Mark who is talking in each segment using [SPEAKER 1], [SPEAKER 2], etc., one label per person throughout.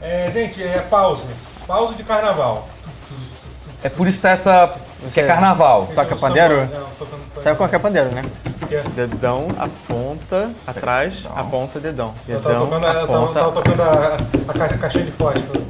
[SPEAKER 1] É, gente, é pause. Pause de carnaval.
[SPEAKER 2] É por isso que tá essa. Que
[SPEAKER 3] Você-
[SPEAKER 2] é carnaval.
[SPEAKER 3] Toca
[SPEAKER 1] Esse é o
[SPEAKER 3] pandeiro?
[SPEAKER 1] samba- Não, tocando pandeiro.
[SPEAKER 3] Sabe qual que é pandeiro, né?
[SPEAKER 1] Que é?
[SPEAKER 3] Dedão, aponta, atrás, aponta, dedão.
[SPEAKER 1] Eu tava
[SPEAKER 3] Dedão,
[SPEAKER 1] tocando, a, eu tava,
[SPEAKER 3] aponta.
[SPEAKER 1] tava tocando a, a caixa, a caixinha de fósforo.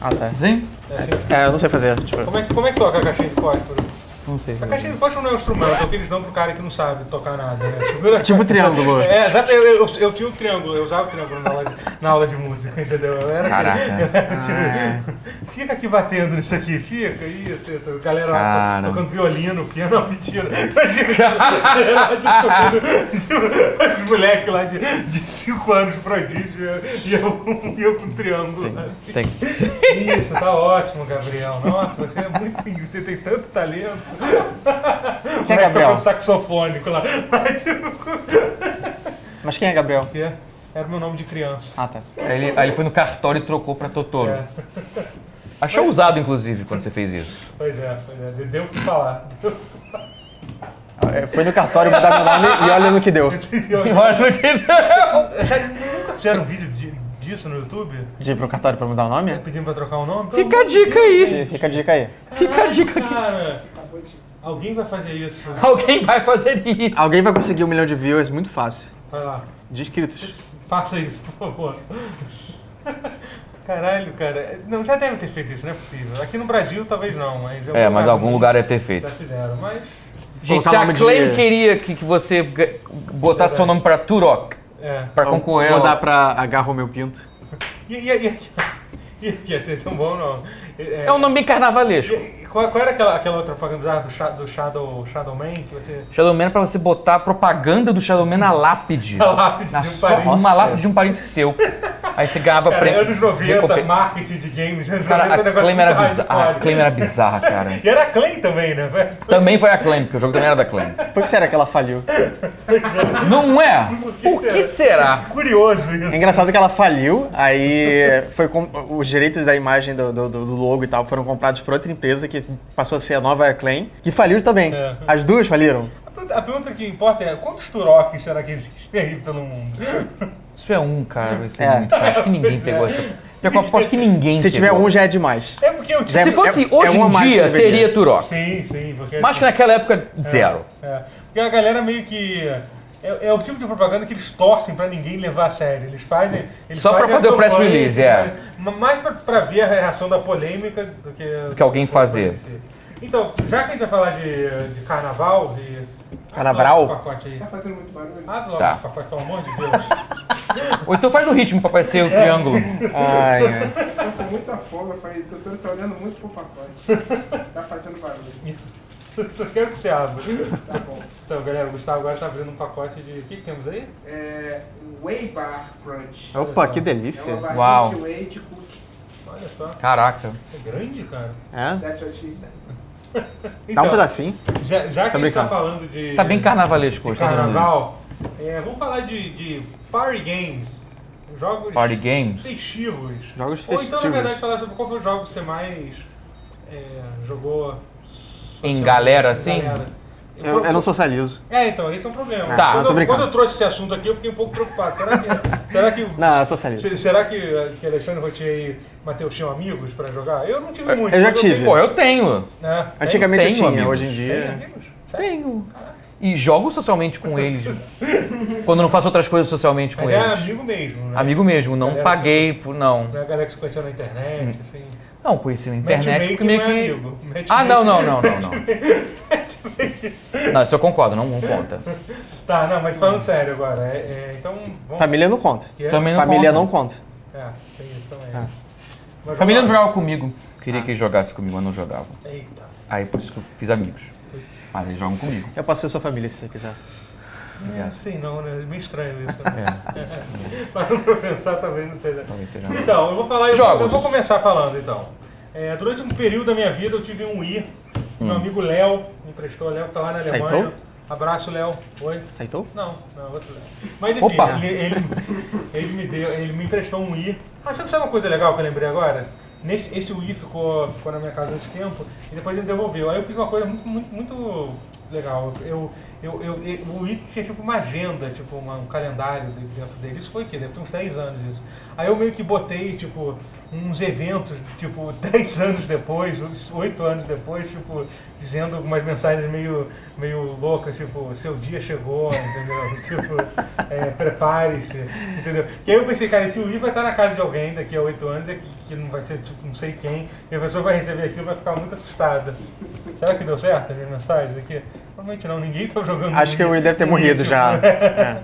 [SPEAKER 3] Ah, tá.
[SPEAKER 2] Sim?
[SPEAKER 1] É assim.
[SPEAKER 3] É, eu não sei fazer. Tipo,
[SPEAKER 1] Como, é que, como é que toca a caixinha de fósforo?
[SPEAKER 3] não sei.
[SPEAKER 1] A caixinha de fósforo não é um instrumento, é o que eles dão pro cara que não sabe tocar nada. né? Primeira
[SPEAKER 3] Tipo
[SPEAKER 1] coisa-
[SPEAKER 3] triângulo.
[SPEAKER 1] É, exato, eu, eu, eu tinha o triângulo, eu usava o triângulo na aula de, na aula de música, entendeu? Eu era
[SPEAKER 2] Caraca.
[SPEAKER 1] eu era tipo, fica aqui batendo nisso aqui, fica, isso, isso. A galera lá
[SPEAKER 2] Cara.
[SPEAKER 1] tocando violino, piano, não, mentira. Imagina, tipo, tocando, tipo, os moleques lá de 5 anos prodígio e eu, e eu com triângulo. né?
[SPEAKER 2] Tem-
[SPEAKER 1] Isso, tá ótimo, Gabriel. Nossa, você é muito. Você tem tanto talento. tá
[SPEAKER 3] Quem é Gabriel?
[SPEAKER 1] Tocando saxofônico lá. Mas, tipo,
[SPEAKER 3] Mas quem é Gabriel?
[SPEAKER 1] que é? Era o meu nome de criança.
[SPEAKER 3] Ah, tá.
[SPEAKER 2] Aí ele, aí ele foi no cartório e trocou pra Totoro.
[SPEAKER 1] É,
[SPEAKER 2] Achou usado, inclusive, quando você fez isso.
[SPEAKER 1] pois é, pois é. Deu o que falar.
[SPEAKER 3] É, Foi no cartório mudar meu nome e olha no que deu.
[SPEAKER 2] Olha no que deu.
[SPEAKER 1] Nunca fizeram um vídeo de- disso no YouTube?
[SPEAKER 3] De ir pro cartório pra mudar o nome?
[SPEAKER 1] Pedindo pra trocar o nome?
[SPEAKER 2] Fica a dica aí.
[SPEAKER 3] E Fica a dica aí.
[SPEAKER 2] Fica a dica aqui.
[SPEAKER 1] Cara, alguém vai fazer isso.
[SPEAKER 2] Alguém vai fazer isso.
[SPEAKER 3] Alguém vai conseguir um milhão de views muito fácil.
[SPEAKER 1] Vai lá.
[SPEAKER 3] De inscritos.
[SPEAKER 1] Faça isso, por favor. Caralho, cara. Não, já devem ter feito isso, não é possível. Aqui no Brasil talvez não, mas. em
[SPEAKER 2] É, mas algum lugar deve ter
[SPEAKER 1] Já
[SPEAKER 2] feito.
[SPEAKER 1] fizeram, mas.
[SPEAKER 2] Gente,
[SPEAKER 3] Colocar
[SPEAKER 2] se a
[SPEAKER 3] nome de-
[SPEAKER 2] Clay queria que, que você ga- botasse seu nome pra Turok,
[SPEAKER 1] É.
[SPEAKER 2] pra concorrer.
[SPEAKER 3] Então, Vou
[SPEAKER 2] ao-
[SPEAKER 3] dar pra agarro meu pinto.
[SPEAKER 1] E, e, e, e, e vocês são bons não? É,
[SPEAKER 2] É um nome bem carnavalesco.
[SPEAKER 1] e- e qual, qual era aquela, aquela outra propaganda do, Sha- do Shadow, Shadow Man que você.
[SPEAKER 2] Shadowman é pra você botar a propaganda do Shadowman na lápide.
[SPEAKER 1] Na lápide
[SPEAKER 2] Na
[SPEAKER 1] de um
[SPEAKER 2] sua-
[SPEAKER 1] parente.
[SPEAKER 2] Uma
[SPEAKER 3] Nossa.
[SPEAKER 2] lápide de um parente seu. Aí você ganhava
[SPEAKER 1] Cara,
[SPEAKER 2] prêmio.
[SPEAKER 1] anos 90,
[SPEAKER 2] recompen-
[SPEAKER 1] marketing de games, anos
[SPEAKER 2] Cara,
[SPEAKER 1] 90
[SPEAKER 2] a
[SPEAKER 1] um negócio
[SPEAKER 2] Claim era
[SPEAKER 1] muito
[SPEAKER 2] bizarra. A
[SPEAKER 1] hardcore.
[SPEAKER 2] Claim era bizarra, cara.
[SPEAKER 1] E era a Claim também, né? velho?
[SPEAKER 2] Também foi a Claim, porque o jogo também era da Claim.
[SPEAKER 3] Por que será que ela faliu?
[SPEAKER 2] Não é?
[SPEAKER 1] que
[SPEAKER 2] Por que será?
[SPEAKER 1] Curioso isso.
[SPEAKER 3] É engraçado que ela faliu, aí foi com, os direitos da imagem do, do- do logo e tal foram comprados por outra empresa que passou a ser a nova Acclaim, que faliu também.
[SPEAKER 1] É.
[SPEAKER 3] As duas faliram.
[SPEAKER 1] A pergunta- A pergunta que importa é: quantos Turok será que existem aí pelo mundo?
[SPEAKER 2] Isso é um, cara. Vai ser
[SPEAKER 3] É.
[SPEAKER 2] muito. Acho que ninguém pegou essa. Pior que eu aposto que ninguém.
[SPEAKER 3] Se tiver
[SPEAKER 2] pegou.
[SPEAKER 3] um já é demais.
[SPEAKER 1] É porque eu tinha.
[SPEAKER 3] Já
[SPEAKER 2] Se fosse
[SPEAKER 3] É- é
[SPEAKER 2] hoje
[SPEAKER 3] uma
[SPEAKER 2] em
[SPEAKER 3] mais que
[SPEAKER 2] dia,
[SPEAKER 3] deveria.
[SPEAKER 2] teria Turok.
[SPEAKER 1] Sim, sim. Porque...
[SPEAKER 2] Mas que naquela época, zero.
[SPEAKER 1] É, porque a galera meio que. É, é o tipo de propaganda que eles torcem pra ninguém levar a sério. Eles fazem. Eles
[SPEAKER 2] Só pra
[SPEAKER 1] fazem a
[SPEAKER 2] fazer o press
[SPEAKER 1] campanha, assim,
[SPEAKER 2] release, é.
[SPEAKER 1] ma- Mais pra, pra ver a reação da polêmica do que.
[SPEAKER 2] que alguém fazer.
[SPEAKER 1] Então, já que a gente vai falar de, de carnaval, de.
[SPEAKER 3] Carnaval?
[SPEAKER 1] Abre logo esse pacote aí.
[SPEAKER 4] Tá fazendo muito barulho.
[SPEAKER 1] Abre logo
[SPEAKER 2] Tá.
[SPEAKER 1] esse pacote, pelo amor de Deus.
[SPEAKER 2] Ou então faz no ritmo pra parecer
[SPEAKER 1] É.
[SPEAKER 2] o triângulo.
[SPEAKER 3] Ai, ai.
[SPEAKER 4] Tá com muita fome, eu falei, doutor, tá olhando muito pro pacote. Tá fazendo barulho.
[SPEAKER 1] Só quero que você abra.
[SPEAKER 4] Tá bom.
[SPEAKER 1] Então, galera, o Gustavo agora tá abrindo um pacote de. O que, que temos aí?
[SPEAKER 4] É. Whey Bar Crunch.
[SPEAKER 3] Opa, que
[SPEAKER 4] É
[SPEAKER 3] delícia.
[SPEAKER 4] uma barrinha
[SPEAKER 2] Uau.
[SPEAKER 4] de whey de cookie.
[SPEAKER 1] Olha só,
[SPEAKER 2] Caraca.
[SPEAKER 1] é grande, cara.
[SPEAKER 3] É?
[SPEAKER 4] That's what she said.
[SPEAKER 3] Dá
[SPEAKER 1] Então,
[SPEAKER 3] um pedacinho.
[SPEAKER 1] já, já que a gente tá
[SPEAKER 3] brincando.
[SPEAKER 1] falando de.
[SPEAKER 2] Tá bem carnavalesco
[SPEAKER 1] de
[SPEAKER 2] hoje, tá adorando
[SPEAKER 1] carnaval. É, vamos falar de, de party games. Jogos
[SPEAKER 2] isso. Party Games.
[SPEAKER 1] festivos.
[SPEAKER 3] Jogos
[SPEAKER 1] Ou então, na
[SPEAKER 3] festivos.
[SPEAKER 1] verdade, falar sobre qual foi o jogo que você mais é, jogou.
[SPEAKER 2] Em
[SPEAKER 1] social-
[SPEAKER 2] galera,
[SPEAKER 1] em
[SPEAKER 2] assim?
[SPEAKER 1] galera.
[SPEAKER 3] Eu, eu não socializo.
[SPEAKER 1] É, então, esse é um problema.
[SPEAKER 3] Ah,
[SPEAKER 2] Tá.
[SPEAKER 3] eu
[SPEAKER 1] quando,
[SPEAKER 3] tô
[SPEAKER 1] eu,
[SPEAKER 3] brincando.
[SPEAKER 1] quando eu trouxe esse assunto aqui, eu fiquei um pouco preocupado. Será que. será que
[SPEAKER 3] Não, eu socializo.
[SPEAKER 1] se- Será que, que Alexandre Rotier e Matheus tinham amigos pra jogar? Eu não tive muito.
[SPEAKER 3] eu já
[SPEAKER 1] mas
[SPEAKER 3] tive.
[SPEAKER 1] tenho-
[SPEAKER 2] Pô, eu tenho.
[SPEAKER 1] né?
[SPEAKER 3] Antigamente eu
[SPEAKER 2] tenho
[SPEAKER 3] tinha,
[SPEAKER 2] amigos.
[SPEAKER 3] hoje em
[SPEAKER 1] Tem- tem
[SPEAKER 3] dia.
[SPEAKER 1] amigos? Sério?
[SPEAKER 2] Tenho. E jogo socialmente com eles. Quando não faço outras coisas socialmente com
[SPEAKER 1] Mas é
[SPEAKER 2] eles.
[SPEAKER 1] amigo mesmo, né?
[SPEAKER 2] Amigo mesmo, não
[SPEAKER 1] Galera,
[SPEAKER 2] paguei, por- não.
[SPEAKER 1] Não é a galera que se conheceu na
[SPEAKER 3] Hum.
[SPEAKER 1] internet, assim.
[SPEAKER 2] Não, conheci na internet porque
[SPEAKER 1] Matchmaking não
[SPEAKER 2] meio
[SPEAKER 1] é
[SPEAKER 2] que.
[SPEAKER 1] amigo. Matchmaking-
[SPEAKER 2] Ah, não, não, não,
[SPEAKER 1] é
[SPEAKER 2] não, não. Não, isso eu concordo, não, não conta.
[SPEAKER 1] Tá, não, mas falando sério agora. É, é, então, vamos...
[SPEAKER 3] Família não conta.
[SPEAKER 1] que é?
[SPEAKER 2] Também não
[SPEAKER 3] Família
[SPEAKER 2] conta.
[SPEAKER 3] não conta.
[SPEAKER 1] É, tem isso também.
[SPEAKER 3] Ah.
[SPEAKER 1] Mas
[SPEAKER 2] Família não
[SPEAKER 1] vamos lá.
[SPEAKER 2] jogava comigo. Queria que eles jogassem comigo, mas não jogavam.
[SPEAKER 1] Eita.
[SPEAKER 2] Aí por isso que eu fiz amigos. Mas eles jogam comigo.
[SPEAKER 3] Eu posso ser sua família se você quiser.
[SPEAKER 1] Não sei não, né? É meio estranho isso.
[SPEAKER 2] É,
[SPEAKER 1] Né?
[SPEAKER 3] É.
[SPEAKER 1] Mas pra pensar também, não sei.
[SPEAKER 3] Tá
[SPEAKER 1] Né?
[SPEAKER 2] talvez seja.
[SPEAKER 1] Então, eu vou falar... Eu,
[SPEAKER 2] Jogos.
[SPEAKER 1] eu vou começar falando, então. É, durante um período da minha vida, eu tive um i. Meu amigo Léo me emprestou. Léo tá lá na Alemanha.
[SPEAKER 3] Aceitou?
[SPEAKER 1] Abraço, Léo. Oi.
[SPEAKER 3] Aceitou?
[SPEAKER 1] Não, não, outro lado. Mas enfim,
[SPEAKER 2] Opa!
[SPEAKER 1] ele, ele, ele me deu, ele me emprestou um i. Ah, sabe, sabe uma coisa legal que eu lembrei agora? Nesse, esse i ficou, ficou na minha casa há muito tempo e depois ele devolveu. Aí eu fiz uma coisa muito, muito, muito legal. Eu, eu, eu, eu- o It tinha tipo uma agenda, tipo uma- um calendário de- dentro dele. Isso foi aqui, deve ter uns 10 anos isso. Aí eu meio que botei, tipo, uns eventos, tipo, 10 anos depois, uns 8 anos depois, tipo, dizendo algumas mensagens meio, meio loucas, tipo, seu dia chegou, entendeu? tipo, é, prepare-se, entendeu? E aí eu pensei, cara, esse Wii vai estar tá na casa de alguém daqui a 8 anos, é que, que não vai ser, tipo, não sei quem, e a pessoa vai receber aquilo e vai ficar muito assustada. Será que deu certo as minhas mensagens aqui? Provavelmente não, ninguém tá jogando
[SPEAKER 3] Acho que o Will deve ter
[SPEAKER 1] ninguém,
[SPEAKER 3] morrido
[SPEAKER 1] tipo,
[SPEAKER 3] já.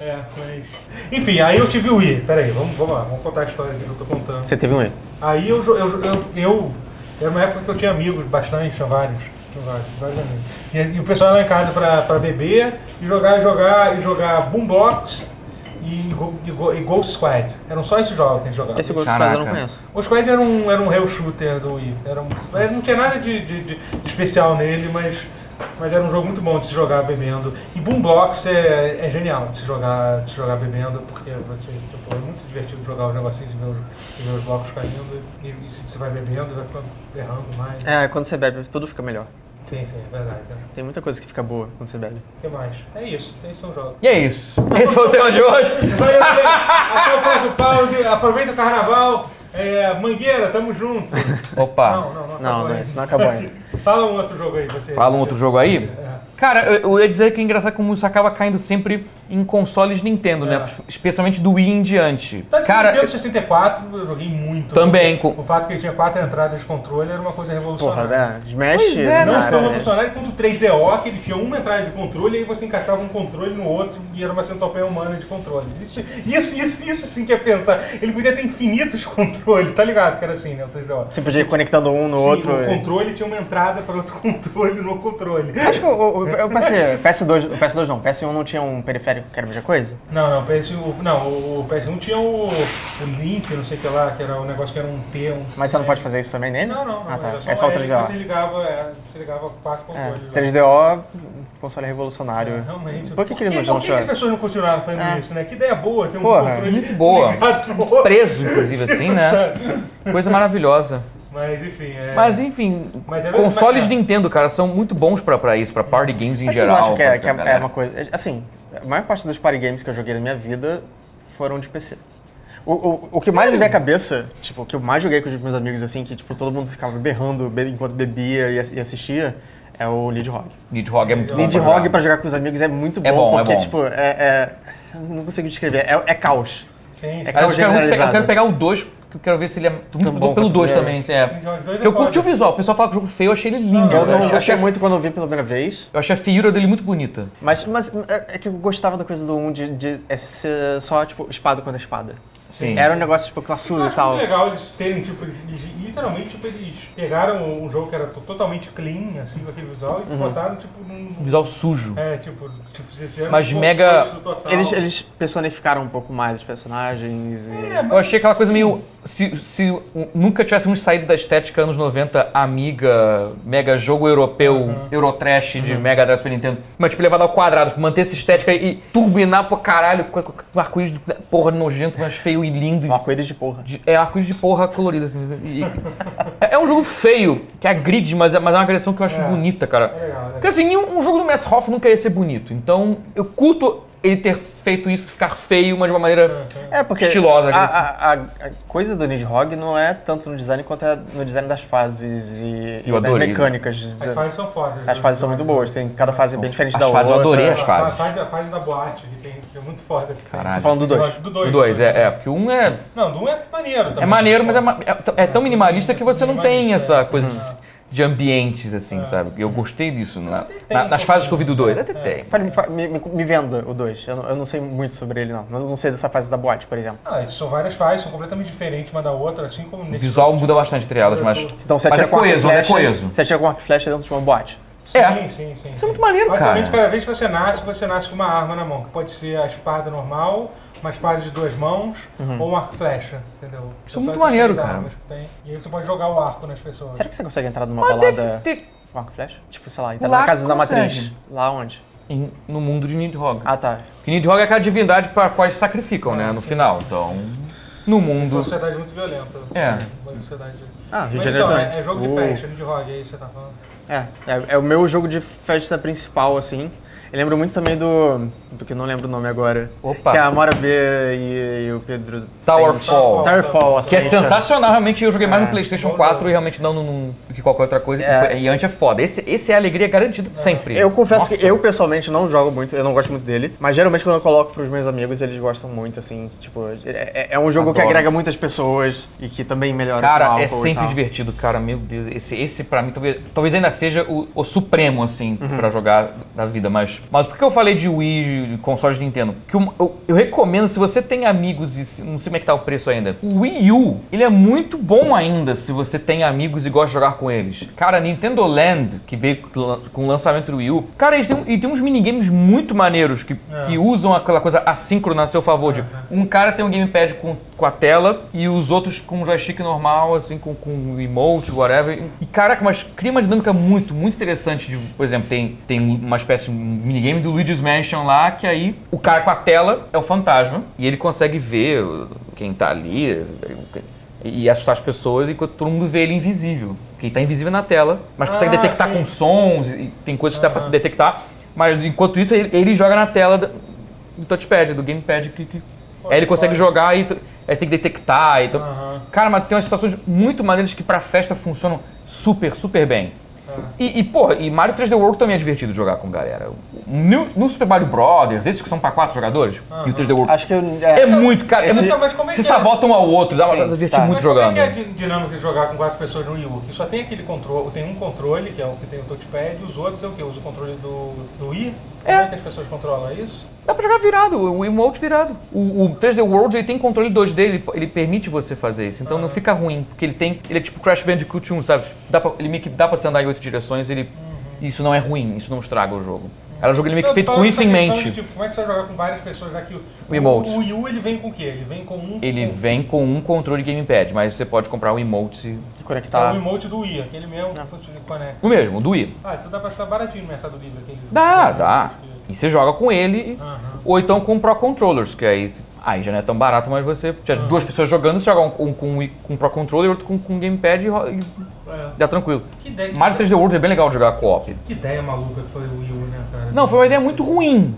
[SPEAKER 1] é, mas... Enfim, aí eu tive o Wii. Peraí, vamos, vamos lá, vamos contar a história aqui que eu tô contando.
[SPEAKER 3] Você teve um erro.
[SPEAKER 1] Aí eu, jo- eu, jo- eu, eu. Era uma época que eu tinha amigos bastante, tinha vários. tinha vários, vários amigos. E, e o pessoal ia lá em casa pra, pra beber e jogar, e jogar, e jogar Boombox e, Go- e, Go- e Ghost Squad. Eram só esses jogos que a gente jogava.
[SPEAKER 3] Esse Ghost
[SPEAKER 2] Caraca.
[SPEAKER 3] Squad eu não conheço.
[SPEAKER 1] O Squad era um, era um rail shooter do Wii. Era um- era- não tinha nada de, de- de especial nele, mas, mas era um jogo muito bom de se jogar bebendo. E Boom Blocks é, é genial de se jogar, de se jogar bebendo, porque você, tipo, é muito divertido jogar os negocinhos e ver os, e ver os blocos caindo. E, e se você vai bebendo, vai ficando errando mais.
[SPEAKER 3] É, quando você bebe, tudo fica melhor.
[SPEAKER 1] Sim, sim, é verdade. né?
[SPEAKER 3] Tem muita coisa que fica boa quando você bebe.
[SPEAKER 1] O que mais? É isso, é isso o jogo.
[SPEAKER 2] E é isso. Esse foi o tema de hoje.
[SPEAKER 1] Valeu, gente. Até o próximo pause. Aproveita o carnaval. É, Mangueira, tamo junto. Não,
[SPEAKER 2] Opa.
[SPEAKER 1] não, não.
[SPEAKER 3] Não,
[SPEAKER 1] acabou
[SPEAKER 3] não, é
[SPEAKER 1] ainda.
[SPEAKER 3] isso não acabou ainda.
[SPEAKER 1] Fala um outro jogo aí, você.
[SPEAKER 2] Fala um outro jogo aí. Cara, eu, eu ia dizer que é engraçado como isso acaba caindo sempre em consoles Nintendo, né?
[SPEAKER 1] É.
[SPEAKER 2] Especialmente do Wii em diante.
[SPEAKER 1] Tanto que
[SPEAKER 2] Cara,
[SPEAKER 1] no Nintendo 64 eu joguei muito.
[SPEAKER 2] Também, com-
[SPEAKER 1] O fato que ele tinha quatro entradas de controle era uma coisa
[SPEAKER 3] Porra,
[SPEAKER 1] revolucionária.
[SPEAKER 3] né? Smash.
[SPEAKER 2] Pois é,
[SPEAKER 1] Não
[SPEAKER 3] nada,
[SPEAKER 1] tão
[SPEAKER 3] né?
[SPEAKER 1] revolucionária quanto o 3DO, que ele tinha uma entrada de controle e aí você encaixava um controle no outro e era uma centopeia humana de controle. Isso, isso, isso, isso sim que é pensar. Ele podia ter infinitos controles, tá ligado? Que era assim, né? O 3DO.
[SPEAKER 3] Você podia ir conectando um no
[SPEAKER 1] Sim,
[SPEAKER 3] outro.
[SPEAKER 1] o
[SPEAKER 3] e-
[SPEAKER 1] controle tinha uma entrada para outro controle no controle.
[SPEAKER 3] Acho que o, o- o PS, PS2, o PS2 não, o PS1 não tinha um periférico que era a mesma coisa?
[SPEAKER 1] Não, não, o PS, o- não, o o PS1 tinha o, o Link, não sei o que lá, que era o negócio que era um T, um.
[SPEAKER 3] Mas você não
[SPEAKER 1] é.
[SPEAKER 3] pode fazer isso também nele?
[SPEAKER 1] Não, não, não.
[SPEAKER 3] Ah, tá.
[SPEAKER 1] era
[SPEAKER 3] É só o
[SPEAKER 1] uma hélice que Você
[SPEAKER 3] 3DO.
[SPEAKER 1] ligava, é, você ligava quatro
[SPEAKER 3] É,
[SPEAKER 1] controles. lá.
[SPEAKER 3] 3DO, um console revolucionário.
[SPEAKER 1] né? É, Realmente.
[SPEAKER 3] Por que, que eles não
[SPEAKER 1] por que
[SPEAKER 3] estão
[SPEAKER 1] que as
[SPEAKER 3] chorando?
[SPEAKER 1] pessoas não continuaram fazendo
[SPEAKER 3] É.
[SPEAKER 1] isso, né? Que ideia boa ter um
[SPEAKER 3] Porra,
[SPEAKER 1] controle
[SPEAKER 2] muito boa.
[SPEAKER 1] ligado no outro.
[SPEAKER 2] preso, inclusive, assim, né? Coisa maravilhosa.
[SPEAKER 1] Mas enfim, é.
[SPEAKER 2] Mas enfim,
[SPEAKER 1] Mas é verdade,
[SPEAKER 2] consoles
[SPEAKER 1] cara.
[SPEAKER 2] Nintendo, cara, são muito bons pra, pra isso, pra party games em
[SPEAKER 3] Mas vocês não
[SPEAKER 2] geral.
[SPEAKER 3] acham que, é,
[SPEAKER 2] pra-
[SPEAKER 3] que é-
[SPEAKER 2] pra
[SPEAKER 3] é
[SPEAKER 2] galera.
[SPEAKER 3] uma coisa. Assim, a maior parte dos party games que eu joguei na minha vida foram de PC. O, o, o que mais me veio à cabeça, tipo, o que eu mais joguei com os meus amigos, assim, que tipo, todo mundo ficava berrando be- enquanto bebia e, ass- e assistia, é o Lead Hog.
[SPEAKER 2] Nidhogg é muito bom.
[SPEAKER 3] Lead
[SPEAKER 2] pra
[SPEAKER 3] Hog
[SPEAKER 2] jogar.
[SPEAKER 3] pra jogar com os amigos é muito bom,
[SPEAKER 2] É bom, é
[SPEAKER 3] porque,
[SPEAKER 2] bom.
[SPEAKER 3] tipo, é. é- eu não consigo descrever, é, é caos.
[SPEAKER 1] Sim, Então, sim.
[SPEAKER 3] é
[SPEAKER 2] Mas eu quero, muito pe- eu
[SPEAKER 3] generalizado.
[SPEAKER 2] quero pegar o 2, que eu quero ver se ele é muito
[SPEAKER 3] Tão bom
[SPEAKER 2] bom pelo
[SPEAKER 3] quanto
[SPEAKER 2] 2
[SPEAKER 3] o
[SPEAKER 2] também.
[SPEAKER 3] primeiro.
[SPEAKER 2] Assim, é.
[SPEAKER 1] Nidhogg dois é
[SPEAKER 2] Porque eu curti
[SPEAKER 1] foda.
[SPEAKER 2] o visual, o pessoal fala que o jogo feio, eu achei ele lindo.
[SPEAKER 3] Eu
[SPEAKER 2] né?
[SPEAKER 3] não
[SPEAKER 2] achei,
[SPEAKER 3] gostei
[SPEAKER 2] a-
[SPEAKER 3] muito quando eu vi pela primeira vez,
[SPEAKER 2] eu achei a feiura dele muito bonita.
[SPEAKER 3] mas, mas é é que eu gostava da coisa do 1 de, de é ser só, tipo, espada contra espada.
[SPEAKER 2] Sim.
[SPEAKER 3] Era um negócio, tipo, classudo e
[SPEAKER 1] Eu acho
[SPEAKER 3] tal.
[SPEAKER 1] muito legal eles terem, tipo, eles, eles- literalmente, tipo, eles pegaram um jogo que era to- totalmente clean, assim, com aquele visual, e
[SPEAKER 3] Uhum.
[SPEAKER 1] botaram, tipo,
[SPEAKER 2] Um
[SPEAKER 1] num.
[SPEAKER 2] visual sujo.
[SPEAKER 1] É, tipo, tipo, vocês fizeram
[SPEAKER 2] Mas
[SPEAKER 1] um
[SPEAKER 2] mega-
[SPEAKER 1] contexto total.
[SPEAKER 3] Eles, eles personificaram um pouco mais os personagens e...
[SPEAKER 1] É, mas-
[SPEAKER 2] Eu achei aquela coisa meio. Se, se um- nunca tivéssemos saído da estética anos 90, amiga, mega jogo europeu,
[SPEAKER 1] Uhum.
[SPEAKER 2] Eurotrash de Mega Drive Super Nintendo. Mas, tipo, levado ao quadrado, manter essa estética e turbinar pra caralho com, com, com arco-íris de porra nojento, mas feio e lindo.
[SPEAKER 3] Um arco-íris de porra.
[SPEAKER 2] De- é arco-íris de porra colorida, assim. e- é, é um jogo feio, que agride, mas é, mas é uma agressão que eu acho
[SPEAKER 1] É.
[SPEAKER 2] bonita, cara.
[SPEAKER 1] É legal, é legal.
[SPEAKER 2] Porque assim, nenhum- um jogo do Mass Hoff nunca ia ser bonito. Então, eu culto ele ter feito isso ficar feio, mas de uma maneira.
[SPEAKER 3] É, porque
[SPEAKER 2] Estilosa,
[SPEAKER 3] a,
[SPEAKER 2] agressiva.
[SPEAKER 3] a, a, a coisa do Nidhogg não é tanto no design quanto é no design das fases e,
[SPEAKER 2] Eu
[SPEAKER 3] e das
[SPEAKER 2] adorei. né?
[SPEAKER 3] mecânicas.
[SPEAKER 1] As fases são fodas.
[SPEAKER 3] As
[SPEAKER 1] né?
[SPEAKER 3] fases são muito boas, tem cada fase é bem diferente
[SPEAKER 2] As
[SPEAKER 3] da
[SPEAKER 2] fases eu
[SPEAKER 3] outra.
[SPEAKER 2] adorei
[SPEAKER 1] A
[SPEAKER 2] as fases.
[SPEAKER 1] fase, a fase da boate, que, tem, que é muito foda. que tem.
[SPEAKER 2] Caralho.
[SPEAKER 3] Tô Tá falando do dois.
[SPEAKER 1] Do
[SPEAKER 2] O
[SPEAKER 1] dois. né?
[SPEAKER 2] dois, é, é, porque um é,
[SPEAKER 1] Não, do um é maneiro também.
[SPEAKER 2] é maneiro, mas é, ma- é t- é tão minimalista é. Hum. que você não tem essa coisa de, de ambientes, assim, sabe? Eu gostei disso na- na- nas fases que eu vi do 2. Até tem.
[SPEAKER 3] Fale- fa- Me, me- me venda o 2, eu, não- eu não sei muito sobre ele não. Eu não sei dessa fase da boate, por exemplo.
[SPEAKER 1] Ah, são várias fases, são completamente diferentes uma da outra, assim como
[SPEAKER 2] O
[SPEAKER 1] nesse.
[SPEAKER 2] visual muda bastante entre elas, mas.
[SPEAKER 3] Então você
[SPEAKER 2] Mas
[SPEAKER 3] atira
[SPEAKER 2] é
[SPEAKER 3] com arco e
[SPEAKER 2] coeso, é
[SPEAKER 3] flecha-
[SPEAKER 2] coeso.
[SPEAKER 3] Você atira com arco e flecha dentro de uma boate.
[SPEAKER 1] Sim,
[SPEAKER 2] É.
[SPEAKER 1] sim, sim.
[SPEAKER 2] Isso é muito maneiro, cara.
[SPEAKER 1] Basicamente, cada vez que você nasce, você nasce com uma arma na mão, que pode ser a espada normal, uma espada de duas mãos ou um arco e flecha, entendeu?
[SPEAKER 2] Uhum. Isso é
[SPEAKER 1] São
[SPEAKER 2] muito
[SPEAKER 1] essas
[SPEAKER 2] maneiro,
[SPEAKER 1] três
[SPEAKER 2] cara.
[SPEAKER 1] armas que tem. E aí você pode jogar o arco nas pessoas.
[SPEAKER 3] Será que você consegue entrar numa
[SPEAKER 2] Mas deve
[SPEAKER 3] balada
[SPEAKER 2] ter.
[SPEAKER 3] com arco e flecha? Tipo, sei lá, entrar
[SPEAKER 2] Lá
[SPEAKER 3] na casa da matriz.
[SPEAKER 2] consegue.
[SPEAKER 3] Lá onde?
[SPEAKER 2] em- no mundo de Nidhogg.
[SPEAKER 3] Ah, tá.
[SPEAKER 2] Que Nidhogg é aquela divindade para qual eles sacrificam, né? No final. Então, no
[SPEAKER 1] É Uma
[SPEAKER 2] mundo.
[SPEAKER 1] sociedade muito violenta.
[SPEAKER 2] É.
[SPEAKER 1] Uma sociedade...
[SPEAKER 3] Ah, Rio de
[SPEAKER 1] Mas
[SPEAKER 3] Janeiro
[SPEAKER 1] então,
[SPEAKER 3] também.
[SPEAKER 1] é, é jogo de
[SPEAKER 3] Uh.
[SPEAKER 1] festa, de rock, é isso que você tá falando.
[SPEAKER 3] É, é, é o meu jogo de festa principal, assim. Eu lembro muito também do. do que eu não lembro o nome agora.
[SPEAKER 2] Opa.
[SPEAKER 3] Que é a Amora B e, e o Pedro.
[SPEAKER 2] Towerfall.
[SPEAKER 3] Towerfall, assim.
[SPEAKER 2] Que é sensacional, realmente. Eu joguei mais no
[SPEAKER 3] É.
[SPEAKER 2] PlayStation 4 e realmente não no, no- que qualquer outra coisa. E, foi, e antes é foda. Esse, esse é a alegria garantida de sempre.
[SPEAKER 3] Eu confesso
[SPEAKER 2] Nossa.
[SPEAKER 3] que eu pessoalmente não jogo muito, eu não gosto muito dele, mas geralmente quando eu coloco pros meus amigos, eles gostam muito, assim, tipo, é, é- é um jogo que
[SPEAKER 2] Adoro.
[SPEAKER 3] agrega muitas pessoas e que também melhora o
[SPEAKER 2] Cara,
[SPEAKER 3] álcool
[SPEAKER 2] é
[SPEAKER 3] e
[SPEAKER 2] sempre
[SPEAKER 3] tal.
[SPEAKER 2] divertido, cara. Meu Deus, esse, esse pra mim talvez, talvez ainda seja o, o supremo, assim,
[SPEAKER 3] Uhum.
[SPEAKER 2] pra jogar da vida. Mas, mas por que eu falei de Wii, de consoles de Nintendo? Que eu, eu- eu recomendo, se você tem amigos e se- não sei como é que tá o preço ainda. O Wii U, ele é muito bom ainda se você tem amigos e gosta de jogar com eles. Cara, Nintendo Land, que veio com o lan- com o lançamento do Wii U, cara, eles têm, um- e tem uns minigames muito maneiros que,
[SPEAKER 3] É.
[SPEAKER 2] que usam aquela coisa assíncrona a seu favor. De, um cara tem um gamepad com, com a tela e os outros com um joystick normal, assim, com, com um emote, whatever. E caraca, mas cria uma dinâmica muito, muito interessante. De, por exemplo, tem, tem uma espécie de minigame do Luigi's Mansion lá, que aí o cara com a tela é o fantasma e ele consegue ver quem tá ali e assustar as pessoas enquanto todo mundo vê ele invisível. Porque ele tá invisível na tela, mas consegue
[SPEAKER 1] Ah,
[SPEAKER 2] detectar
[SPEAKER 1] sim.
[SPEAKER 2] com sons e tem coisas que dá pra
[SPEAKER 1] Ah.
[SPEAKER 2] se detectar. Mas enquanto isso, ele, ele joga na tela da- do touchpad, do gamepad. Que, que- aí ele consegue jogar e tu- aí você tem que detectar. Então, Cara, mas tem umas situações muito maneiras que pra festa funcionam super, super bem.
[SPEAKER 1] Ah.
[SPEAKER 2] E, e, porra, e Mario 3D World também é divertido jogar com galera. No, no Super Mario Brothers, esses que são pra quatro jogadores, e o 3D World.
[SPEAKER 3] Acho que eu-
[SPEAKER 2] É muito, cara. É
[SPEAKER 3] Esse-
[SPEAKER 2] muito,
[SPEAKER 1] Mas como é
[SPEAKER 2] se
[SPEAKER 1] que é?
[SPEAKER 2] sabotam um ao outro, dá pra
[SPEAKER 3] Sim,
[SPEAKER 2] divertir
[SPEAKER 3] tá.
[SPEAKER 2] muito
[SPEAKER 1] Mas como
[SPEAKER 2] jogando.
[SPEAKER 1] é que é a di- dinâmica de jogar com quatro pessoas no Wii U? Que só tem aquele controle, tem um controle, que é o que tem o touchpad, e os outros é o que? Usa o controle do, do Wii?
[SPEAKER 2] É.
[SPEAKER 1] Como é que as pessoas controlam é isso?
[SPEAKER 2] Dá pra jogar virado, o emote virado. O, o 3D World ele tem controle 2D, ele, ele permite você fazer isso. Então não fica ruim, porque ele tem. Ele é tipo Crash Bandicoot 1, sabe? Dá pra, ele meio que dá pra você andar em oito direções, ele. Isso não é ruim, isso não estraga o jogo. Era um jogo ele meio
[SPEAKER 1] Uhum.
[SPEAKER 2] que
[SPEAKER 1] Não,
[SPEAKER 2] feito
[SPEAKER 1] tô
[SPEAKER 2] com
[SPEAKER 1] falando
[SPEAKER 2] isso
[SPEAKER 1] essa
[SPEAKER 2] em
[SPEAKER 1] questão
[SPEAKER 2] mente.
[SPEAKER 1] de, Então, tipo, como é que você vai jogar com várias pessoas aqui?
[SPEAKER 2] O emote.
[SPEAKER 1] O Wii U ele vem com o quê? Ele vem com um.
[SPEAKER 2] Ele
[SPEAKER 1] com,
[SPEAKER 2] vem com um controle gamepad, mas você pode comprar um emote. se-
[SPEAKER 1] com é o
[SPEAKER 2] tá
[SPEAKER 3] Conectar.
[SPEAKER 1] emote do Wii, aquele mesmo que você conecta.
[SPEAKER 2] O mesmo, o do Wii.
[SPEAKER 1] Ah, então dá pra achar baratinho no Mercado Livre aquele. É,
[SPEAKER 2] Dá,
[SPEAKER 1] aquele-
[SPEAKER 2] dá. E você joga com ele,
[SPEAKER 1] Uhum.
[SPEAKER 2] ou então com Pro Controllers, que aí, aí já não é tão barato, mas você. Tinha
[SPEAKER 1] Uhum.
[SPEAKER 2] duas pessoas jogando, você joga um, um com, com Pro Controller e outro com, com Gamepad e, ro- e
[SPEAKER 1] É.
[SPEAKER 2] dá tranquilo.
[SPEAKER 1] Que ideia,
[SPEAKER 2] Mario 3D World é bem legal de jogar co-op.
[SPEAKER 1] que ideia maluca que foi o Wii U, né, cara?
[SPEAKER 2] Não, foi uma ideia muito ruim.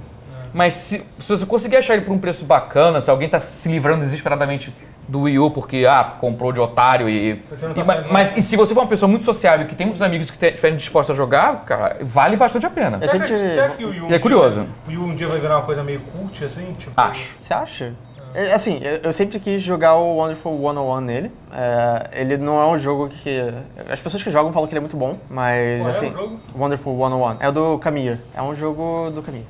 [SPEAKER 2] Mas se, se você conseguir achar ele por um preço bacana, se alguém tá se livrando desesperadamente do Wii U porque, ah, comprou de otário e...
[SPEAKER 1] Você não tá
[SPEAKER 2] e- ma-
[SPEAKER 1] fazendo-
[SPEAKER 2] mas e se você for uma pessoa muito sociável, que tem muitos amigos que te- estiverem dispostos a jogar, cara, vale bastante a pena.
[SPEAKER 3] É sempre-
[SPEAKER 1] Você acha que o Wii U um
[SPEAKER 2] É curioso.
[SPEAKER 1] dia- O Wii U um dia vai virar uma coisa meio cult, assim? Tipo,
[SPEAKER 2] Acho.
[SPEAKER 3] Você acha? É, assim, eu, eu sempre quis jogar o Wonderful 101 nele. É, ele não é um jogo que. As pessoas que jogam falam que ele é muito bom, mas
[SPEAKER 1] Qual é o
[SPEAKER 3] assim.
[SPEAKER 1] jogo?
[SPEAKER 3] Wonderful 101. É o do Camilla. É um jogo do Camilla.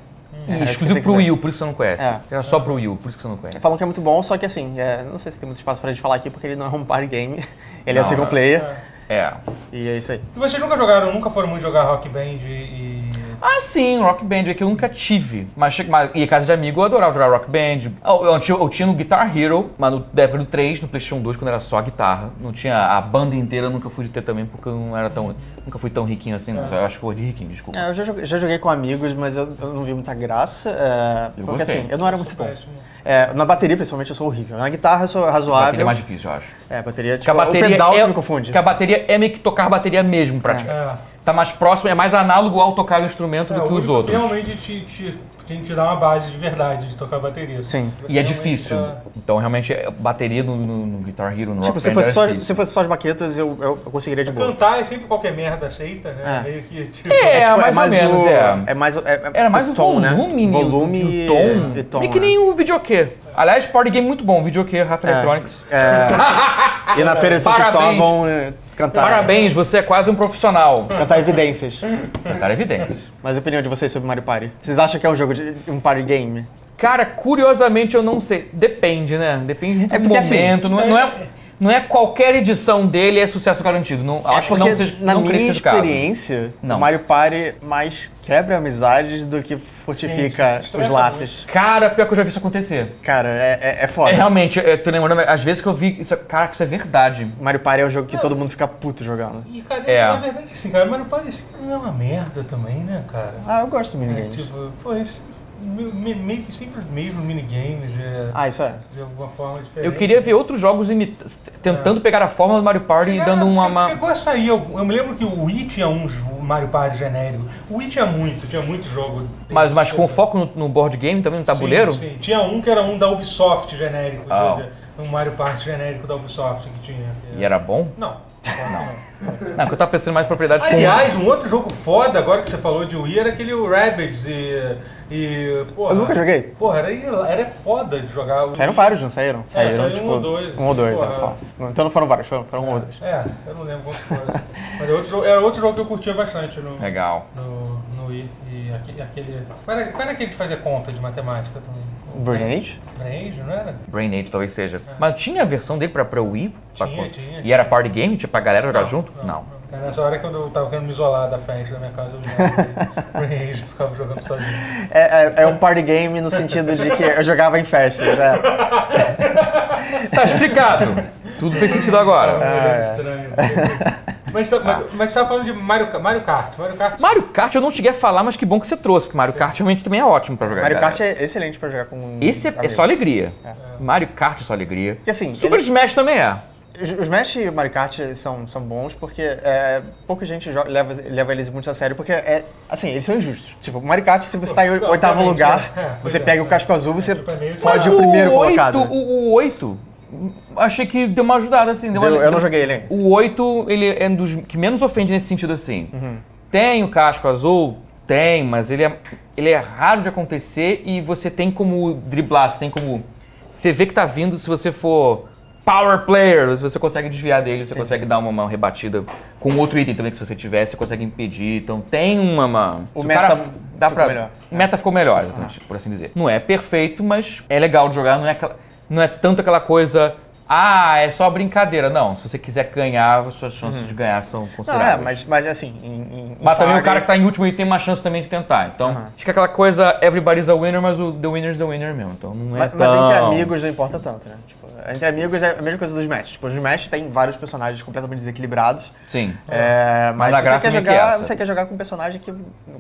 [SPEAKER 2] E
[SPEAKER 3] É, esse que
[SPEAKER 2] exclusivo
[SPEAKER 3] você
[SPEAKER 2] pro
[SPEAKER 3] quiser.
[SPEAKER 2] Wii U, por isso você não conhece.
[SPEAKER 3] É.
[SPEAKER 2] Era só pro Wii U, por isso que você não conhece.
[SPEAKER 3] Falam que é muito bom, só que assim, é, não sei se tem muito espaço pra gente falar aqui, porque ele não é um party game. Ele é um
[SPEAKER 2] Não,
[SPEAKER 3] single
[SPEAKER 2] é.
[SPEAKER 3] player.
[SPEAKER 2] É.
[SPEAKER 3] E é isso aí.
[SPEAKER 1] E vocês nunca jogaram, nunca foram muito jogar Rock Band e. e-
[SPEAKER 2] Ah, sim, Rock Band é que eu nunca tive. Mas, che- mas e casa de amigo eu adorava jogar Rock Band. Eu, eu tinha, eu tinha no Guitar Hero, mas no, da época do 3, no PlayStation 2, quando era só a guitarra. Não tinha a banda inteira, eu nunca fui de ter também, porque eu não era tão. Nunca fui tão riquinho assim. não. Eu acho que eu de riquinho, desculpa.
[SPEAKER 3] É, eu já joguei, já joguei com amigos, mas eu, eu não vi muita graça. é,
[SPEAKER 2] Eu
[SPEAKER 3] porque
[SPEAKER 2] gostei.
[SPEAKER 3] assim, eu não era muito bom.
[SPEAKER 1] péssimo.
[SPEAKER 3] É, na bateria, principalmente, eu sou horrível. Na guitarra, eu sou
[SPEAKER 2] A
[SPEAKER 3] razoável.
[SPEAKER 2] bateria é mais difícil, eu acho.
[SPEAKER 3] É, bateria, tipo,
[SPEAKER 2] Que a bateria
[SPEAKER 3] o pedal
[SPEAKER 2] é,
[SPEAKER 3] que me confunde.
[SPEAKER 2] Que a bateria é meio que tocar bateria mesmo, praticamente.
[SPEAKER 1] É.
[SPEAKER 2] Tá mais próximo, é mais análogo ao tocar o instrumento
[SPEAKER 1] É,
[SPEAKER 2] do
[SPEAKER 1] o
[SPEAKER 2] que os
[SPEAKER 1] único
[SPEAKER 2] outros.
[SPEAKER 1] Realmente te, te, te, te dá uma base de verdade de tocar bateria. assim.
[SPEAKER 3] Sim.
[SPEAKER 1] Você
[SPEAKER 2] E é
[SPEAKER 1] realmente
[SPEAKER 2] difícil.
[SPEAKER 1] tá-
[SPEAKER 2] Então, realmente, é- bateria no, no- no Guitar Hero, no
[SPEAKER 3] Tipo,
[SPEAKER 2] Rock
[SPEAKER 3] se
[SPEAKER 2] Band
[SPEAKER 3] fosse,
[SPEAKER 2] era
[SPEAKER 3] só,
[SPEAKER 2] difícil.
[SPEAKER 3] se fosse só as baquetas, eu, eu, eu conseguiria de boa. Tipo,
[SPEAKER 1] Cantar é sempre qualquer merda aceita, né?
[SPEAKER 3] É.
[SPEAKER 1] Meio que tipo.
[SPEAKER 2] É,
[SPEAKER 3] tipo,
[SPEAKER 2] mais ou menos,
[SPEAKER 3] o,
[SPEAKER 2] é.
[SPEAKER 3] mais, o- é, é
[SPEAKER 2] Era mais o,
[SPEAKER 3] tom, né?
[SPEAKER 2] volume,
[SPEAKER 3] Volume
[SPEAKER 2] e
[SPEAKER 3] e
[SPEAKER 2] o tom.
[SPEAKER 3] e tom
[SPEAKER 2] e que
[SPEAKER 3] né?
[SPEAKER 2] nem o videokê. Aliás, party game muito bom, videokê, Rafa Electronics.
[SPEAKER 3] É. E na feira de São
[SPEAKER 2] Parabéns.
[SPEAKER 3] Cristóvão né, cantar.
[SPEAKER 2] Parabéns, você é quase um profissional.
[SPEAKER 3] Cantar evidências.
[SPEAKER 2] Cantar evidências.
[SPEAKER 3] Mas a opinião de vocês sobre Mario Party? Vocês acham que é um jogo de um party game?
[SPEAKER 2] Cara, curiosamente eu não sei. Depende, né? Depende muito
[SPEAKER 3] É
[SPEAKER 2] do
[SPEAKER 3] porque, assim,
[SPEAKER 2] momento. não, é, não, é, não é qualquer edição dele é sucesso garantido. Não, acho que
[SPEAKER 3] É porque
[SPEAKER 2] não, seja,
[SPEAKER 3] na
[SPEAKER 2] não creio
[SPEAKER 3] minha
[SPEAKER 2] que seja o caso.
[SPEAKER 3] experiência,
[SPEAKER 2] Não.
[SPEAKER 3] o Mario Party mais quebra amizades do que fortifica
[SPEAKER 1] Gente, isso
[SPEAKER 3] os
[SPEAKER 1] estressa
[SPEAKER 3] laços.
[SPEAKER 2] Cara, pior que eu já vi isso acontecer.
[SPEAKER 3] Cara, é, é, é foda.
[SPEAKER 2] É, realmente, eu tô lembrando, às vezes que eu vi isso. Cara, isso é verdade.
[SPEAKER 3] Mario Party é um jogo que todo mundo fica puto jogando.
[SPEAKER 1] E, cara,
[SPEAKER 2] É.
[SPEAKER 1] na verdade, assim, cara, mas não parece que não é uma merda também, né, cara?
[SPEAKER 3] Ah, eu gosto do
[SPEAKER 1] É,
[SPEAKER 3] minigame.
[SPEAKER 1] tipo, pô, isso. me- me- meio que sempre os mesmos minigames de,
[SPEAKER 3] Ah, isso é.
[SPEAKER 1] de alguma forma diferente.
[SPEAKER 2] Eu queria ver outros jogos imita- tentando pegar a forma do Mario Party e
[SPEAKER 1] Cara,
[SPEAKER 2] dando uma.
[SPEAKER 1] chegou-
[SPEAKER 2] uma-
[SPEAKER 1] é, Chegou a sair algum. Eu me lembro que o Wii tinha uns Mario Party genérico. O Wii tinha muito, tinha muito jogo.
[SPEAKER 2] Mas, mas com foco no, no board game também, no tabuleiro?
[SPEAKER 1] Sim, sim. Tinha um que era um da Ubisoft genérico.
[SPEAKER 2] Ah.
[SPEAKER 1] de- Um Mario Party genérico da Ubisoft que tinha.
[SPEAKER 2] E era bom?
[SPEAKER 1] Não.
[SPEAKER 2] Não, é que eu tava pensando mais em propriedade
[SPEAKER 1] Aliás, um outro jogo foda, agora que você falou de Wii, era aquele Rabbids e. e porra,
[SPEAKER 3] Eu nunca joguei. um
[SPEAKER 1] Porra, era, era foda de jogar. o
[SPEAKER 3] Saíram
[SPEAKER 1] Wii.
[SPEAKER 3] vários, não saíram? Saíram,
[SPEAKER 1] saiu um
[SPEAKER 3] tipo.
[SPEAKER 1] ou dois,
[SPEAKER 3] Um ou dois,
[SPEAKER 1] porra.
[SPEAKER 3] é, sei lá. Não, Então não foram vários, foram, foram um ou dois.
[SPEAKER 1] É, eu não lembro quantos foram. Mas era outro, jogo, era outro jogo que eu curtia bastante no,
[SPEAKER 2] Legal.
[SPEAKER 1] no, no Wii. E aque- aquele. Qual era, qual era aquele é que fazia conta de matemática também?
[SPEAKER 3] Burn Age?
[SPEAKER 1] O Range, não era?
[SPEAKER 2] Brain Age talvez seja. Mas tinha a versão dele pra, pra Wii? Pra
[SPEAKER 1] Tinha,
[SPEAKER 2] cons-
[SPEAKER 1] tinha,
[SPEAKER 2] E era party game, tipo, pra galera jogar
[SPEAKER 1] Não,
[SPEAKER 2] junto? Não.
[SPEAKER 1] Cara, nessa hora que eu tava querendo me isolar da festa da minha casa, eu jogava o Range e ficava jogando sozinho.
[SPEAKER 3] É, é, é um party game no sentido de que eu jogava em festa, já.
[SPEAKER 2] Tá explicado. Tudo fez sentido agora.
[SPEAKER 1] Era é estranho. Mas tá- mas- mas você tava falando de Mario, Ka- Mario Kart. Mario Kart.
[SPEAKER 2] Mario Kart eu não cheguei a falar, mas que bom que você trouxe, porque Mario Kart realmente também é ótimo pra jogar.
[SPEAKER 3] Mario
[SPEAKER 2] galera.
[SPEAKER 3] Kart é excelente pra jogar com.
[SPEAKER 2] Esse é, é
[SPEAKER 3] amigos.
[SPEAKER 2] só alegria. Mario Kart é só alegria.
[SPEAKER 3] Porque assim,
[SPEAKER 2] Super Smash também é.
[SPEAKER 3] Os os Smash e o Mario Kart são, são bons porque é, pouca gente jo- leva, leva eles muito a sério, porque é assim, eles são injustos. Tipo, o Mario Kart, se você tá em
[SPEAKER 1] Não,
[SPEAKER 3] oitavo
[SPEAKER 1] obviamente,
[SPEAKER 3] lugar,
[SPEAKER 1] é. É, pois
[SPEAKER 3] você
[SPEAKER 1] é.
[SPEAKER 3] pega o casco azul, você
[SPEAKER 1] Tipo, é meio-
[SPEAKER 3] pode
[SPEAKER 1] Mas
[SPEAKER 3] o primeiro colocado.
[SPEAKER 2] O, o 8, achei que deu uma ajudada, assim. Deu uma-
[SPEAKER 3] Deu- eu não joguei ele ainda.
[SPEAKER 2] O 8, ele é um dos que menos ofende nesse sentido, assim.
[SPEAKER 3] Uhum.
[SPEAKER 2] Tem o casco azul? Tem, mas ele é, ele é raro de acontecer e você tem como driblar, você tem como... Você vê que tá vindo, se você for power player, se você consegue desviar dele, você consegue dar uma, uma rebatida com outro item também que se você tiver, você consegue impedir. Então tem uma... uma
[SPEAKER 3] O
[SPEAKER 2] se
[SPEAKER 3] meta
[SPEAKER 2] f- dá
[SPEAKER 3] ficou
[SPEAKER 2] pra,
[SPEAKER 3] melhor.
[SPEAKER 2] o meta ficou melhor, exatamente, por assim dizer. Não é perfeito, mas é legal de jogar, não é, aquela- não é tanto aquela coisa. Ah, é só brincadeira. Não, se você quiser ganhar, suas chances de ganhar são
[SPEAKER 3] Não, é,
[SPEAKER 2] consideráveis.
[SPEAKER 3] mas, mas assim, em, em-
[SPEAKER 2] Mas
[SPEAKER 3] em
[SPEAKER 2] também o
[SPEAKER 3] party-
[SPEAKER 2] cara que tá em último ele tem uma chance também de tentar. Então, fica aquela coisa, everybody's a winner, mas o the winner's the winner mesmo. Então não é
[SPEAKER 3] Mas,
[SPEAKER 2] tão...
[SPEAKER 3] mas entre amigos não importa tanto, né? Tipo, entre amigos é a mesma coisa dos Smash. Tipo, os Smash tem vários personagens completamente desequilibrados.
[SPEAKER 2] Sim.
[SPEAKER 3] É, mas
[SPEAKER 2] Mas a graça
[SPEAKER 3] você, quer
[SPEAKER 2] meio que
[SPEAKER 3] jogar,
[SPEAKER 2] é essa.
[SPEAKER 3] você quer jogar com um personagem que.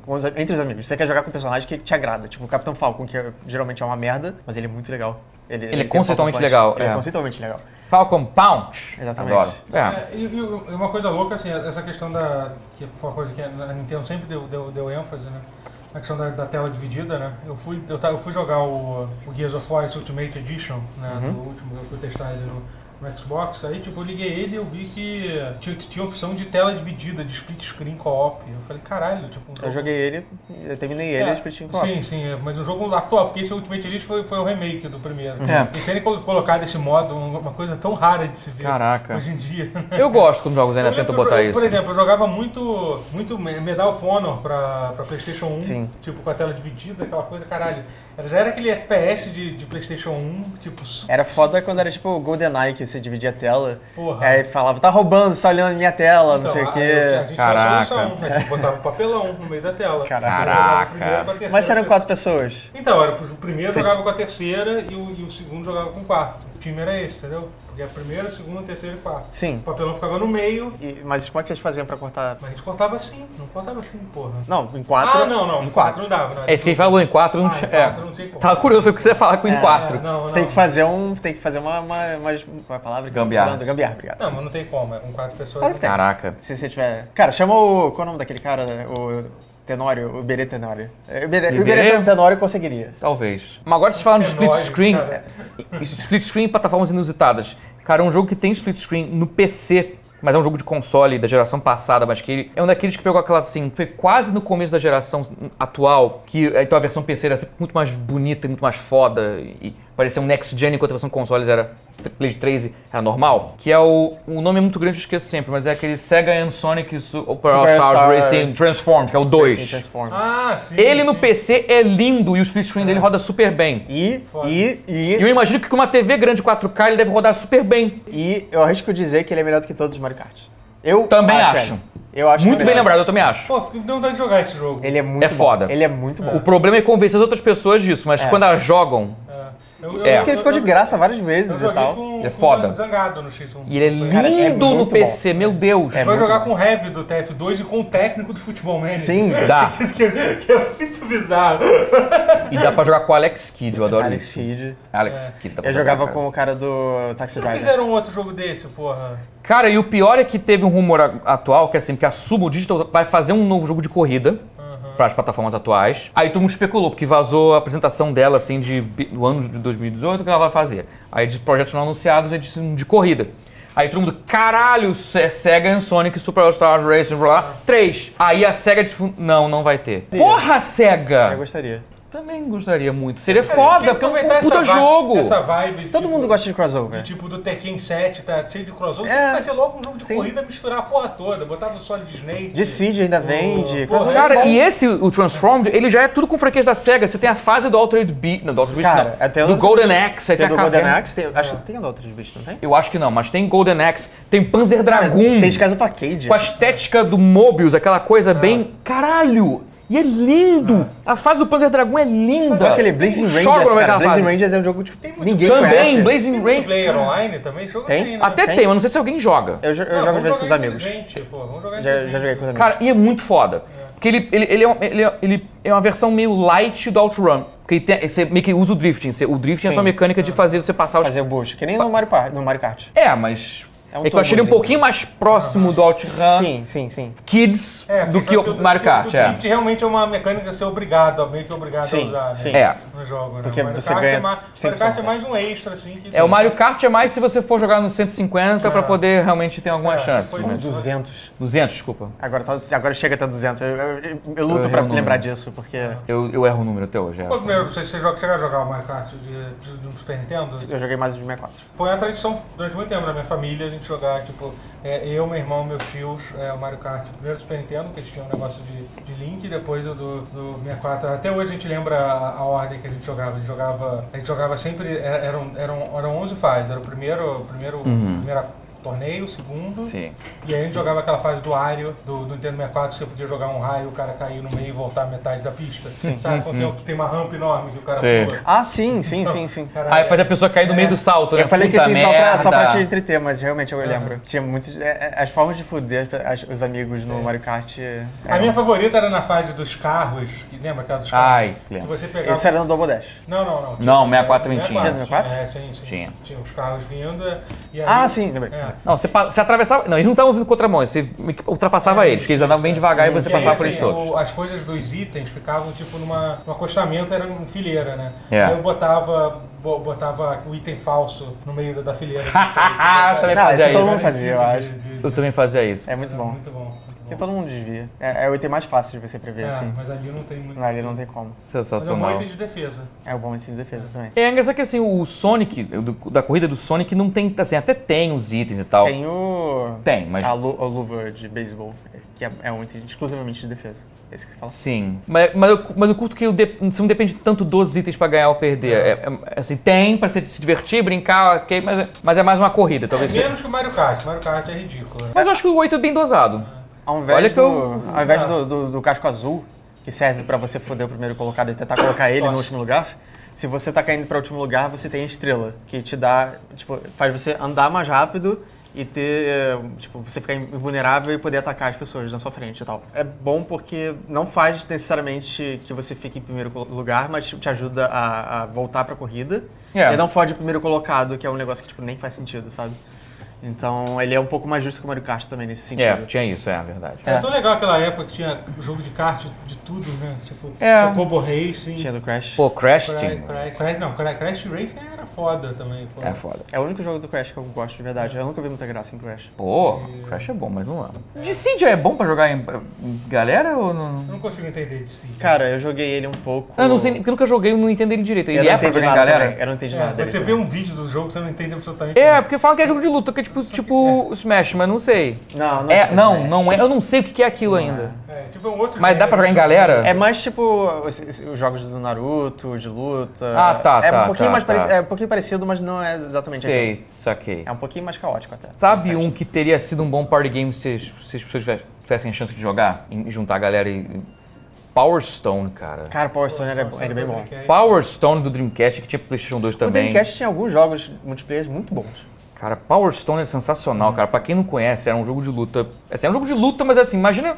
[SPEAKER 3] com os- entre os amigos, você quer jogar com um personagem que te agrada. Tipo, o Capitão Falcon, que é- geralmente é uma merda, mas ele é muito legal. Ele,
[SPEAKER 2] é
[SPEAKER 3] tem um
[SPEAKER 2] conceitualmente
[SPEAKER 3] Falcon Punch.
[SPEAKER 2] legal,
[SPEAKER 3] Ele é.
[SPEAKER 2] é.
[SPEAKER 3] conceitualmente legal.
[SPEAKER 2] Falcon Punch.
[SPEAKER 3] Exatamente.
[SPEAKER 2] Adoro. É.
[SPEAKER 1] É, e, e uma coisa louca, assim, essa questão da. que foi uma coisa que a Nintendo sempre deu, deu, deu ênfase, né? A questão da, da tela dividida, né? Eu fui, eu, ta- eu fui jogar o, o Gears of War esse Ultimate Edition, né? Do
[SPEAKER 3] Uhum.
[SPEAKER 1] último, eu fui testar ele no, no Xbox. Aí, tipo, eu liguei ele e eu vi que tinha, tinha opção de tela dividida, de split screen co-op. Eu falei, caralho, tipo, um
[SPEAKER 3] Eu
[SPEAKER 1] jogo-
[SPEAKER 3] joguei ele, eu terminei ele e
[SPEAKER 1] é,
[SPEAKER 3] eu split em co-op.
[SPEAKER 1] Sim, sim, é, mas o jogo atual, porque esse Ultimate Elite foi, foi o remake do primeiro.
[SPEAKER 3] Uhum.
[SPEAKER 2] É.
[SPEAKER 1] E terem colo- colocado esse modo, um- uma coisa tão rara de se ver
[SPEAKER 2] Caraca.
[SPEAKER 1] hoje em dia.
[SPEAKER 2] Eu gosto quando os
[SPEAKER 3] Né,
[SPEAKER 2] jogos ainda
[SPEAKER 1] Eu lembro
[SPEAKER 2] tentam
[SPEAKER 1] que eu
[SPEAKER 2] botar
[SPEAKER 1] jo-
[SPEAKER 2] isso.
[SPEAKER 1] Por exemplo, eu jogava muito, muito Me- Medal of Honor pra, pra PlayStation 1,
[SPEAKER 3] Sim.
[SPEAKER 1] tipo com a tela dividida, aquela coisa, caralho. Era- Já era aquele FPS de, de PlayStation 1, tipo. su-
[SPEAKER 3] Era foda quando era tipo o GoldenEye, que você dividia a tela.
[SPEAKER 1] Porra.
[SPEAKER 3] Aí falava, tá roubando, você tá olhando a minha tela, não
[SPEAKER 1] Então,
[SPEAKER 3] sei o
[SPEAKER 1] a- eu- A
[SPEAKER 3] quê.
[SPEAKER 1] gente
[SPEAKER 2] Caraca.
[SPEAKER 1] tinha a solução, né? A gente botava um papelão no meio da tela.
[SPEAKER 3] Caraca.
[SPEAKER 1] Aí jogava o primeiro
[SPEAKER 2] Caraca.
[SPEAKER 1] com a terceira
[SPEAKER 3] Mas um eram
[SPEAKER 1] pessoa.
[SPEAKER 3] quatro pessoas.
[SPEAKER 1] Então, era, pro- o primeiro
[SPEAKER 3] Você
[SPEAKER 1] jogava com a terceira e o, e o segundo jogava com o quarto. O time era esse, entendeu? Porque a primeira, a segunda, a terceira e a quarta.
[SPEAKER 3] Sim.
[SPEAKER 1] O papelão ficava no meio,
[SPEAKER 3] E- mas como é que vocês faziam pra cortar?
[SPEAKER 1] mas a gente cortava assim, não cortava assim, porra.
[SPEAKER 3] Não, em quatro.
[SPEAKER 1] ah, não, não.
[SPEAKER 3] Em
[SPEAKER 1] quatro
[SPEAKER 3] quatro.
[SPEAKER 1] não dava, não.
[SPEAKER 2] É isso que ele falou, em 4
[SPEAKER 1] Ah,
[SPEAKER 2] não
[SPEAKER 1] em
[SPEAKER 2] tinha...
[SPEAKER 1] quatro
[SPEAKER 2] é.
[SPEAKER 1] não tinha como.
[SPEAKER 2] Tava curioso, porque você ia falar com em 4.
[SPEAKER 1] É, não, não.
[SPEAKER 3] Tem que fazer um. Tem que fazer uma. uma, uma, qual é a palavra?
[SPEAKER 2] Gambiarra.
[SPEAKER 3] Gambiarra, obrigado.
[SPEAKER 1] Não, mas não tem como, é com quatro pessoas.
[SPEAKER 3] Claro que tem.
[SPEAKER 2] Caraca.
[SPEAKER 3] Se você tiver. Cara, chama o. Qual é o nome daquele cara? O Tenório, o Iberê Tenório. É, O Iberê, o
[SPEAKER 2] Iberê?
[SPEAKER 3] Iberê Tenório conseguiria.
[SPEAKER 2] Talvez. Mas agora vocês falaram de
[SPEAKER 1] É
[SPEAKER 2] Um split
[SPEAKER 1] nóis,
[SPEAKER 2] screen.
[SPEAKER 1] cara.
[SPEAKER 2] E- e Split screen e plataformas inusitadas. Cara, é um jogo que tem split screen no PC, mas é um jogo de console da geração passada, mas que ele é um daqueles que pegou aquela assim, foi quase no começo da geração atual, que então a versão PC era sempre muito mais bonita e muito mais foda e parecia um next gen enquanto a versão consoles era Play 3 e era normal, que é o um nome é muito grande, eu esqueço sempre, mas é aquele Sega and Sonic Super All Stars
[SPEAKER 3] Star-
[SPEAKER 2] Racing Transformed, que é o 2.
[SPEAKER 3] Transforma.
[SPEAKER 1] Ah, sim.
[SPEAKER 2] Ele no
[SPEAKER 1] sim.
[SPEAKER 2] PC é lindo e o split screen dele roda super bem.
[SPEAKER 3] E,
[SPEAKER 1] Foda.
[SPEAKER 3] e,
[SPEAKER 2] E eu
[SPEAKER 3] e,
[SPEAKER 2] imagino que com uma TV grande 4K ele deve rodar super bem.
[SPEAKER 3] e eu arrisco dizer que ele é melhor do que todos os Mario Kart. Eu
[SPEAKER 2] Também acho.
[SPEAKER 3] ele. Eu acho é
[SPEAKER 2] Muito
[SPEAKER 3] ele
[SPEAKER 2] bem
[SPEAKER 3] melhor.
[SPEAKER 2] lembrado, eu também acho.
[SPEAKER 1] Pô, fiquei- deu vontade de jogar esse jogo.
[SPEAKER 3] Ele é muito
[SPEAKER 2] É
[SPEAKER 3] bom.
[SPEAKER 2] foda.
[SPEAKER 3] Ele é muito bom.
[SPEAKER 2] O problema é convencer as outras pessoas disso, mas quando elas jogam,
[SPEAKER 1] É. Eu- eu-
[SPEAKER 2] É.
[SPEAKER 3] Isso que ele ficou de graça várias
[SPEAKER 1] Eu
[SPEAKER 3] vezes e
[SPEAKER 1] joguei
[SPEAKER 3] tal.
[SPEAKER 1] com, com
[SPEAKER 2] É foda.
[SPEAKER 1] o Zangado no X1.
[SPEAKER 2] E ele é lindo
[SPEAKER 3] Cara, é
[SPEAKER 2] no
[SPEAKER 3] muito
[SPEAKER 2] PC, meu Deus.
[SPEAKER 3] É
[SPEAKER 1] vai
[SPEAKER 3] muito
[SPEAKER 1] jogar
[SPEAKER 3] bom.
[SPEAKER 1] com o Heavy do TF2 e com o técnico do Futebol Manager.
[SPEAKER 3] Sim.
[SPEAKER 2] Dá.
[SPEAKER 1] Isso que, é- que é muito bizarro.
[SPEAKER 2] E dá pra jogar com o Alex Kidd, eu adoro
[SPEAKER 3] Alex
[SPEAKER 2] isso.
[SPEAKER 3] Kidd. É.
[SPEAKER 2] Alex Kidd. tá dá pra
[SPEAKER 3] Eu
[SPEAKER 2] jogar,
[SPEAKER 3] jogava
[SPEAKER 2] cara.
[SPEAKER 3] com o cara do Taxi
[SPEAKER 1] Não
[SPEAKER 3] Driver.
[SPEAKER 1] fizeram um outro jogo desse, porra.
[SPEAKER 2] Cara, e o pior é que teve um rumor a- atual, que é assim, que a Sumo Digital vai fazer um novo jogo de corrida para as plataformas atuais. Aí todo mundo especulou, porque vazou a apresentação dela, assim, de, bi- do ano de 2018, o que ela vai fazer. Aí de projetos não anunciados, aí disse um de corrida. Aí todo mundo, caralho, Se- Sega and Sonic Super All Stars Racing, blá, blá, três. Aí a Sega disse, não, não vai ter. Porra,
[SPEAKER 3] Eu
[SPEAKER 2] Sega!
[SPEAKER 3] gostaria.
[SPEAKER 2] Também gostaria muito. Seria
[SPEAKER 1] Tem que
[SPEAKER 2] foda, porque é um puta
[SPEAKER 1] essa vibe-
[SPEAKER 2] jogo.
[SPEAKER 1] Essa vibe.
[SPEAKER 3] Todo
[SPEAKER 1] tipo-
[SPEAKER 3] mundo gosta de crossover.
[SPEAKER 1] Tipo do Tekken 7, tá cheio de crossover.
[SPEAKER 3] É.
[SPEAKER 1] Tem que fazer logo um jogo de
[SPEAKER 3] Sim.
[SPEAKER 1] corrida, misturar a porra toda. Botar no Solid Snake.
[SPEAKER 3] De Seed ainda vem,
[SPEAKER 1] Pô,
[SPEAKER 3] de
[SPEAKER 1] porra, é
[SPEAKER 3] crossover.
[SPEAKER 2] Cara,
[SPEAKER 3] é bom.
[SPEAKER 2] e esse, o Transformed, ele já é tudo com franquias da SEGA. Você tem a fase do Altered Beast, não, do Altered Beast
[SPEAKER 3] Cara,
[SPEAKER 2] não.
[SPEAKER 3] é, tem
[SPEAKER 2] do
[SPEAKER 3] o-
[SPEAKER 2] Golden Axe, aí
[SPEAKER 3] Tem
[SPEAKER 2] tem,
[SPEAKER 3] o do
[SPEAKER 2] a
[SPEAKER 3] Golden
[SPEAKER 2] caverna. Ah.
[SPEAKER 3] Axe, tem, acho que tem o outro de bicho, não tem?
[SPEAKER 2] Eu acho que não, mas tem Golden Axe, tem Panzer
[SPEAKER 3] Cara,
[SPEAKER 2] Dragoon,
[SPEAKER 3] Tem de Ah. Casa pra Arcade.
[SPEAKER 2] com a estética do Mobius, aquela coisa bem... Caralho! E é lindo! A fase do Panzer Dragon é linda!
[SPEAKER 3] Ah. Aquele Blazing
[SPEAKER 2] Choro
[SPEAKER 3] Rangers,
[SPEAKER 2] pra ver
[SPEAKER 3] cara.
[SPEAKER 2] aquela
[SPEAKER 3] Blazing
[SPEAKER 2] fase.
[SPEAKER 3] Rangers é um jogo que tipo, ninguém
[SPEAKER 2] Também,
[SPEAKER 3] conhece.
[SPEAKER 1] Tem
[SPEAKER 2] Blazing
[SPEAKER 1] muito player
[SPEAKER 2] Rangers...
[SPEAKER 1] online também? Jogo
[SPEAKER 3] Tem?
[SPEAKER 1] né?
[SPEAKER 2] Até
[SPEAKER 3] Tem.
[SPEAKER 2] tem, mas não sei se alguém joga.
[SPEAKER 3] Eu, jo- eu
[SPEAKER 1] Não,
[SPEAKER 3] jogo
[SPEAKER 1] vamos
[SPEAKER 3] às vezes com os
[SPEAKER 1] jogar
[SPEAKER 3] amigos.
[SPEAKER 1] inteligente, pô, vamos jogar
[SPEAKER 3] Já, já
[SPEAKER 1] inteligente.
[SPEAKER 3] joguei com os amigos.
[SPEAKER 2] Cara, e é muito foda. Porque ele, ele, ele, é um- ele, é- ele é uma versão meio light do OutRun. Porque ele tem- você meio que usa o drifting. Você- o drifting é só
[SPEAKER 3] Sim.
[SPEAKER 2] a mecânica de fazer você passar os...
[SPEAKER 3] Fazer o boost, que nem no Mario, Par- no Mario Kart.
[SPEAKER 2] É, mas...
[SPEAKER 3] É
[SPEAKER 2] É,
[SPEAKER 3] um
[SPEAKER 2] que eu achei ele um
[SPEAKER 3] turbozinho.
[SPEAKER 2] pouquinho mais próximo do OutRun
[SPEAKER 3] Sim, sim, sim.
[SPEAKER 2] Kids
[SPEAKER 1] É,
[SPEAKER 2] do
[SPEAKER 1] porque
[SPEAKER 2] que
[SPEAKER 1] sabe
[SPEAKER 2] o Mario Kart,
[SPEAKER 1] o
[SPEAKER 2] é.
[SPEAKER 1] drift realmente é uma mecânica que você é obrigado, ó, meio que obrigado a
[SPEAKER 3] Sim,
[SPEAKER 1] usar, né?
[SPEAKER 3] sim.
[SPEAKER 2] É.
[SPEAKER 1] No jogo, né?
[SPEAKER 3] Porque
[SPEAKER 1] Mario
[SPEAKER 3] você
[SPEAKER 1] Kart
[SPEAKER 3] ganha
[SPEAKER 1] É mais,
[SPEAKER 3] 100%.
[SPEAKER 1] Mario Kart é mais um extra, assim. Que
[SPEAKER 2] É, o Mario Kart é mais se você for jogar no 150 pra
[SPEAKER 1] É.
[SPEAKER 2] poder realmente ter alguma
[SPEAKER 1] É,
[SPEAKER 2] chance.
[SPEAKER 1] foi
[SPEAKER 2] né?
[SPEAKER 1] um-
[SPEAKER 3] 200.
[SPEAKER 2] 200, desculpa.
[SPEAKER 3] Agora, tá- agora chega até 200. Eu, eu- eu- eu luto
[SPEAKER 2] Eu
[SPEAKER 3] pra
[SPEAKER 2] erro o
[SPEAKER 3] lembrar
[SPEAKER 2] número.
[SPEAKER 3] disso, porque
[SPEAKER 2] Eu, eu erro o número até hoje, é.
[SPEAKER 1] Qual o primeiro? Você, você joga, chega a jogar o Mario Kart de, de, de um Super Nintendo?
[SPEAKER 3] eu joguei mais de 64.
[SPEAKER 1] Foi uma tradição durante muito tempo na minha família a gente jogar, tipo, é, eu, meu irmão, meus tios, é, o Mario Kart, primeiro do Super Nintendo, que a gente tinha um negócio de, de Link, depois o do, do 64. Até hoje a gente lembra a, a ordem que a gente jogava. A gente jogava, a gente jogava sempre, é, eram, eram, eram 11 fases, era o primeiro, o primeiro, primeira torneio, o segundo.
[SPEAKER 2] Uhum. Sim.
[SPEAKER 1] E aí a gente jogava aquela fase do Ario, do, do Nintendo 64, que você podia jogar um raio, o cara cair no meio e voltar metade da pista. Sabe quando tem, tem uma rampa enorme que o cara
[SPEAKER 2] Uhum. Sim.
[SPEAKER 1] pula?
[SPEAKER 3] Ah, sim, sim, sim, sim.
[SPEAKER 1] Caralho,
[SPEAKER 2] Aí faz a pessoa cair no meio do salto, né?
[SPEAKER 3] Eu falei que
[SPEAKER 2] Puta
[SPEAKER 3] assim, só pra, só pra te
[SPEAKER 2] merda.
[SPEAKER 3] entreter, mas realmente eu lembro. Tinha muitos. é, é, as formas de foder as- os amigos no Mario Kart. é,
[SPEAKER 1] A minha favorita era na fase dos carros, que lembra aquela dos carros?
[SPEAKER 2] um Ai,
[SPEAKER 1] que
[SPEAKER 2] lembro.
[SPEAKER 1] você pegava.
[SPEAKER 3] Esse era no Double Dash.
[SPEAKER 1] Não, não, um não.
[SPEAKER 2] Não, 64 também tinha.
[SPEAKER 1] Tinha
[SPEAKER 3] Tinha 64?
[SPEAKER 1] É, sim, sim.
[SPEAKER 2] Tinha.
[SPEAKER 1] Tinha os carros vindo. E aí,
[SPEAKER 2] Uhum.
[SPEAKER 3] Ah, sim, lembrei.
[SPEAKER 1] É.
[SPEAKER 2] Não, você, pa- você atravessava. Não, eles não estavam vindo contramão, você meio que ultrapassava eles, porque eles andavam bem devagar e você
[SPEAKER 1] E aí,
[SPEAKER 2] passava por eles
[SPEAKER 1] assim,
[SPEAKER 2] todos.
[SPEAKER 1] o- as coisas dos itens ficavam tipo numa, num acostamento, era numa fileira, né?
[SPEAKER 2] É.
[SPEAKER 1] Aí eu botava, bo- botava o item falso no meio da, da fileira.
[SPEAKER 2] Ah, também
[SPEAKER 3] Não,
[SPEAKER 2] fazia
[SPEAKER 3] esse todo
[SPEAKER 2] isso. Uhum.
[SPEAKER 3] mundo fazia, eu acho.
[SPEAKER 2] Eu também fazia isso.
[SPEAKER 3] É muito
[SPEAKER 1] Era
[SPEAKER 3] bom.
[SPEAKER 1] Muito bom. muito bom.
[SPEAKER 3] Porque todo mundo desvia. É, é o item mais fácil de você prever,
[SPEAKER 1] É,
[SPEAKER 3] assim.
[SPEAKER 1] mas ali não tem muito.
[SPEAKER 3] Ali não tem como.
[SPEAKER 1] Mas é um
[SPEAKER 2] Sensacional.
[SPEAKER 1] item de defesa.
[SPEAKER 3] É o bom de defesa também.
[SPEAKER 2] É engraçado que assim, o Sonic, o do- da corrida do Sonic, não tem. Assim, até tem os itens e tal.
[SPEAKER 3] Tem Ah. o.
[SPEAKER 2] Tem, mas.
[SPEAKER 3] A, lu- a luva de beisebol, que é, é um item exclusivamente de defesa. É isso que você fala.
[SPEAKER 2] Sim. Mas, mas, eu, mas eu curto que eu de- você não depende tanto dos itens pra ganhar ou perder. É, é- assim, tem pra se, se divertir, brincar, ok, mas, é- mas é mais uma corrida, talvez seja.
[SPEAKER 1] Menos que o Mario Kart. Mario Kart é ridículo. né?
[SPEAKER 2] Mas eu acho que o 8 é bem dosado.
[SPEAKER 3] Ao invés,
[SPEAKER 2] Olha que
[SPEAKER 3] do,
[SPEAKER 2] eu-
[SPEAKER 3] ao invés do, do- do casco azul, que serve pra você foder o primeiro colocado e tentar colocar ele no último lugar, se você tá caindo pra último lugar, você tem a estrela, que te dá, tipo, faz você andar mais rápido e ter, eh, tipo, você ficar invulnerável e poder atacar as pessoas na sua frente e tal. É bom porque não faz necessariamente que você fique em primeiro colo- lugar, mas te ajuda a, a voltar pra corrida.
[SPEAKER 2] É.
[SPEAKER 3] E não fode o primeiro colocado, que é um negócio que, tipo, nem faz sentido, sabe? Então, ele é um pouco mais justo que o Mario Kart também nesse sentido.
[SPEAKER 2] É, tinha isso, é, verdade.
[SPEAKER 1] É. tão legal aquela época que tinha jogo de kart de tudo, né? Tipo,
[SPEAKER 2] É.
[SPEAKER 1] Chocobo Racing.
[SPEAKER 3] Tinha do Crash.
[SPEAKER 2] Pô, Crash
[SPEAKER 1] Cra-
[SPEAKER 2] Team.
[SPEAKER 1] Cra- Cra- não, Cra- Crash Racing era foda também. pô.
[SPEAKER 2] É foda.
[SPEAKER 3] É o único jogo do Crash que eu gosto de verdade. Eu nunca vi muita graça em Crash.
[SPEAKER 2] Pô, Crash é bom, mas não é. Dissidia é bom pra jogar em em galera ou não?
[SPEAKER 1] Eu não consigo entender de si.
[SPEAKER 3] Cara, eu joguei ele um pouco.
[SPEAKER 2] Eu não sei, porque eu nunca joguei, eu não entendo ele direito.
[SPEAKER 3] Eu
[SPEAKER 2] Ele
[SPEAKER 3] não
[SPEAKER 2] é pra
[SPEAKER 3] entendi
[SPEAKER 2] jogar em
[SPEAKER 3] nada
[SPEAKER 2] galera?
[SPEAKER 3] também. Eu não entendi
[SPEAKER 1] É,
[SPEAKER 3] nada
[SPEAKER 1] quando
[SPEAKER 3] dele.
[SPEAKER 1] você vê um vídeo do jogo, você não entende absolutamente
[SPEAKER 2] É,
[SPEAKER 1] nada.
[SPEAKER 2] porque falam que é jogo de luta, que é tipo, tipo Smash, mas não sei.
[SPEAKER 1] um-
[SPEAKER 3] Não, não
[SPEAKER 2] É,
[SPEAKER 3] tipo
[SPEAKER 2] não,
[SPEAKER 3] Smash.
[SPEAKER 2] não é. Eu não sei o que que é aquilo ainda.
[SPEAKER 1] É, tipo, é um outro
[SPEAKER 2] Mas dá pra jogar em
[SPEAKER 1] jogo.
[SPEAKER 2] galera?
[SPEAKER 3] É mais tipo os, os jogos do Naruto, de luta.
[SPEAKER 2] Ah, tá,
[SPEAKER 3] é
[SPEAKER 2] tá,
[SPEAKER 3] Um pouquinho
[SPEAKER 2] tá,
[SPEAKER 3] mais
[SPEAKER 2] tá.
[SPEAKER 3] pareci- É um pouquinho parecido, mas não é exatamente aquilo.
[SPEAKER 2] Sei, saquei.
[SPEAKER 3] É um pouquinho mais caótico até.
[SPEAKER 2] Sabe um que teria sido um bom party game se, as- se as pessoas tivessem- tivessem a chance de jogar? Em- juntar a galera e. e- Power Stone, cara.
[SPEAKER 3] Cara, Power Stone era,
[SPEAKER 1] é
[SPEAKER 3] era é bem bom.
[SPEAKER 2] Power Stone do Dreamcast, que tinha pro PlayStation 2
[SPEAKER 3] O
[SPEAKER 2] também.
[SPEAKER 3] Dreamcast tinha alguns jogos multiplayer muito bons.
[SPEAKER 2] Cara, Power Stone é sensacional,
[SPEAKER 1] Uhum.
[SPEAKER 2] cara. Pra quem não conhece, era um jogo de luta. Assim, era um jogo de luta, mas assim, imagina.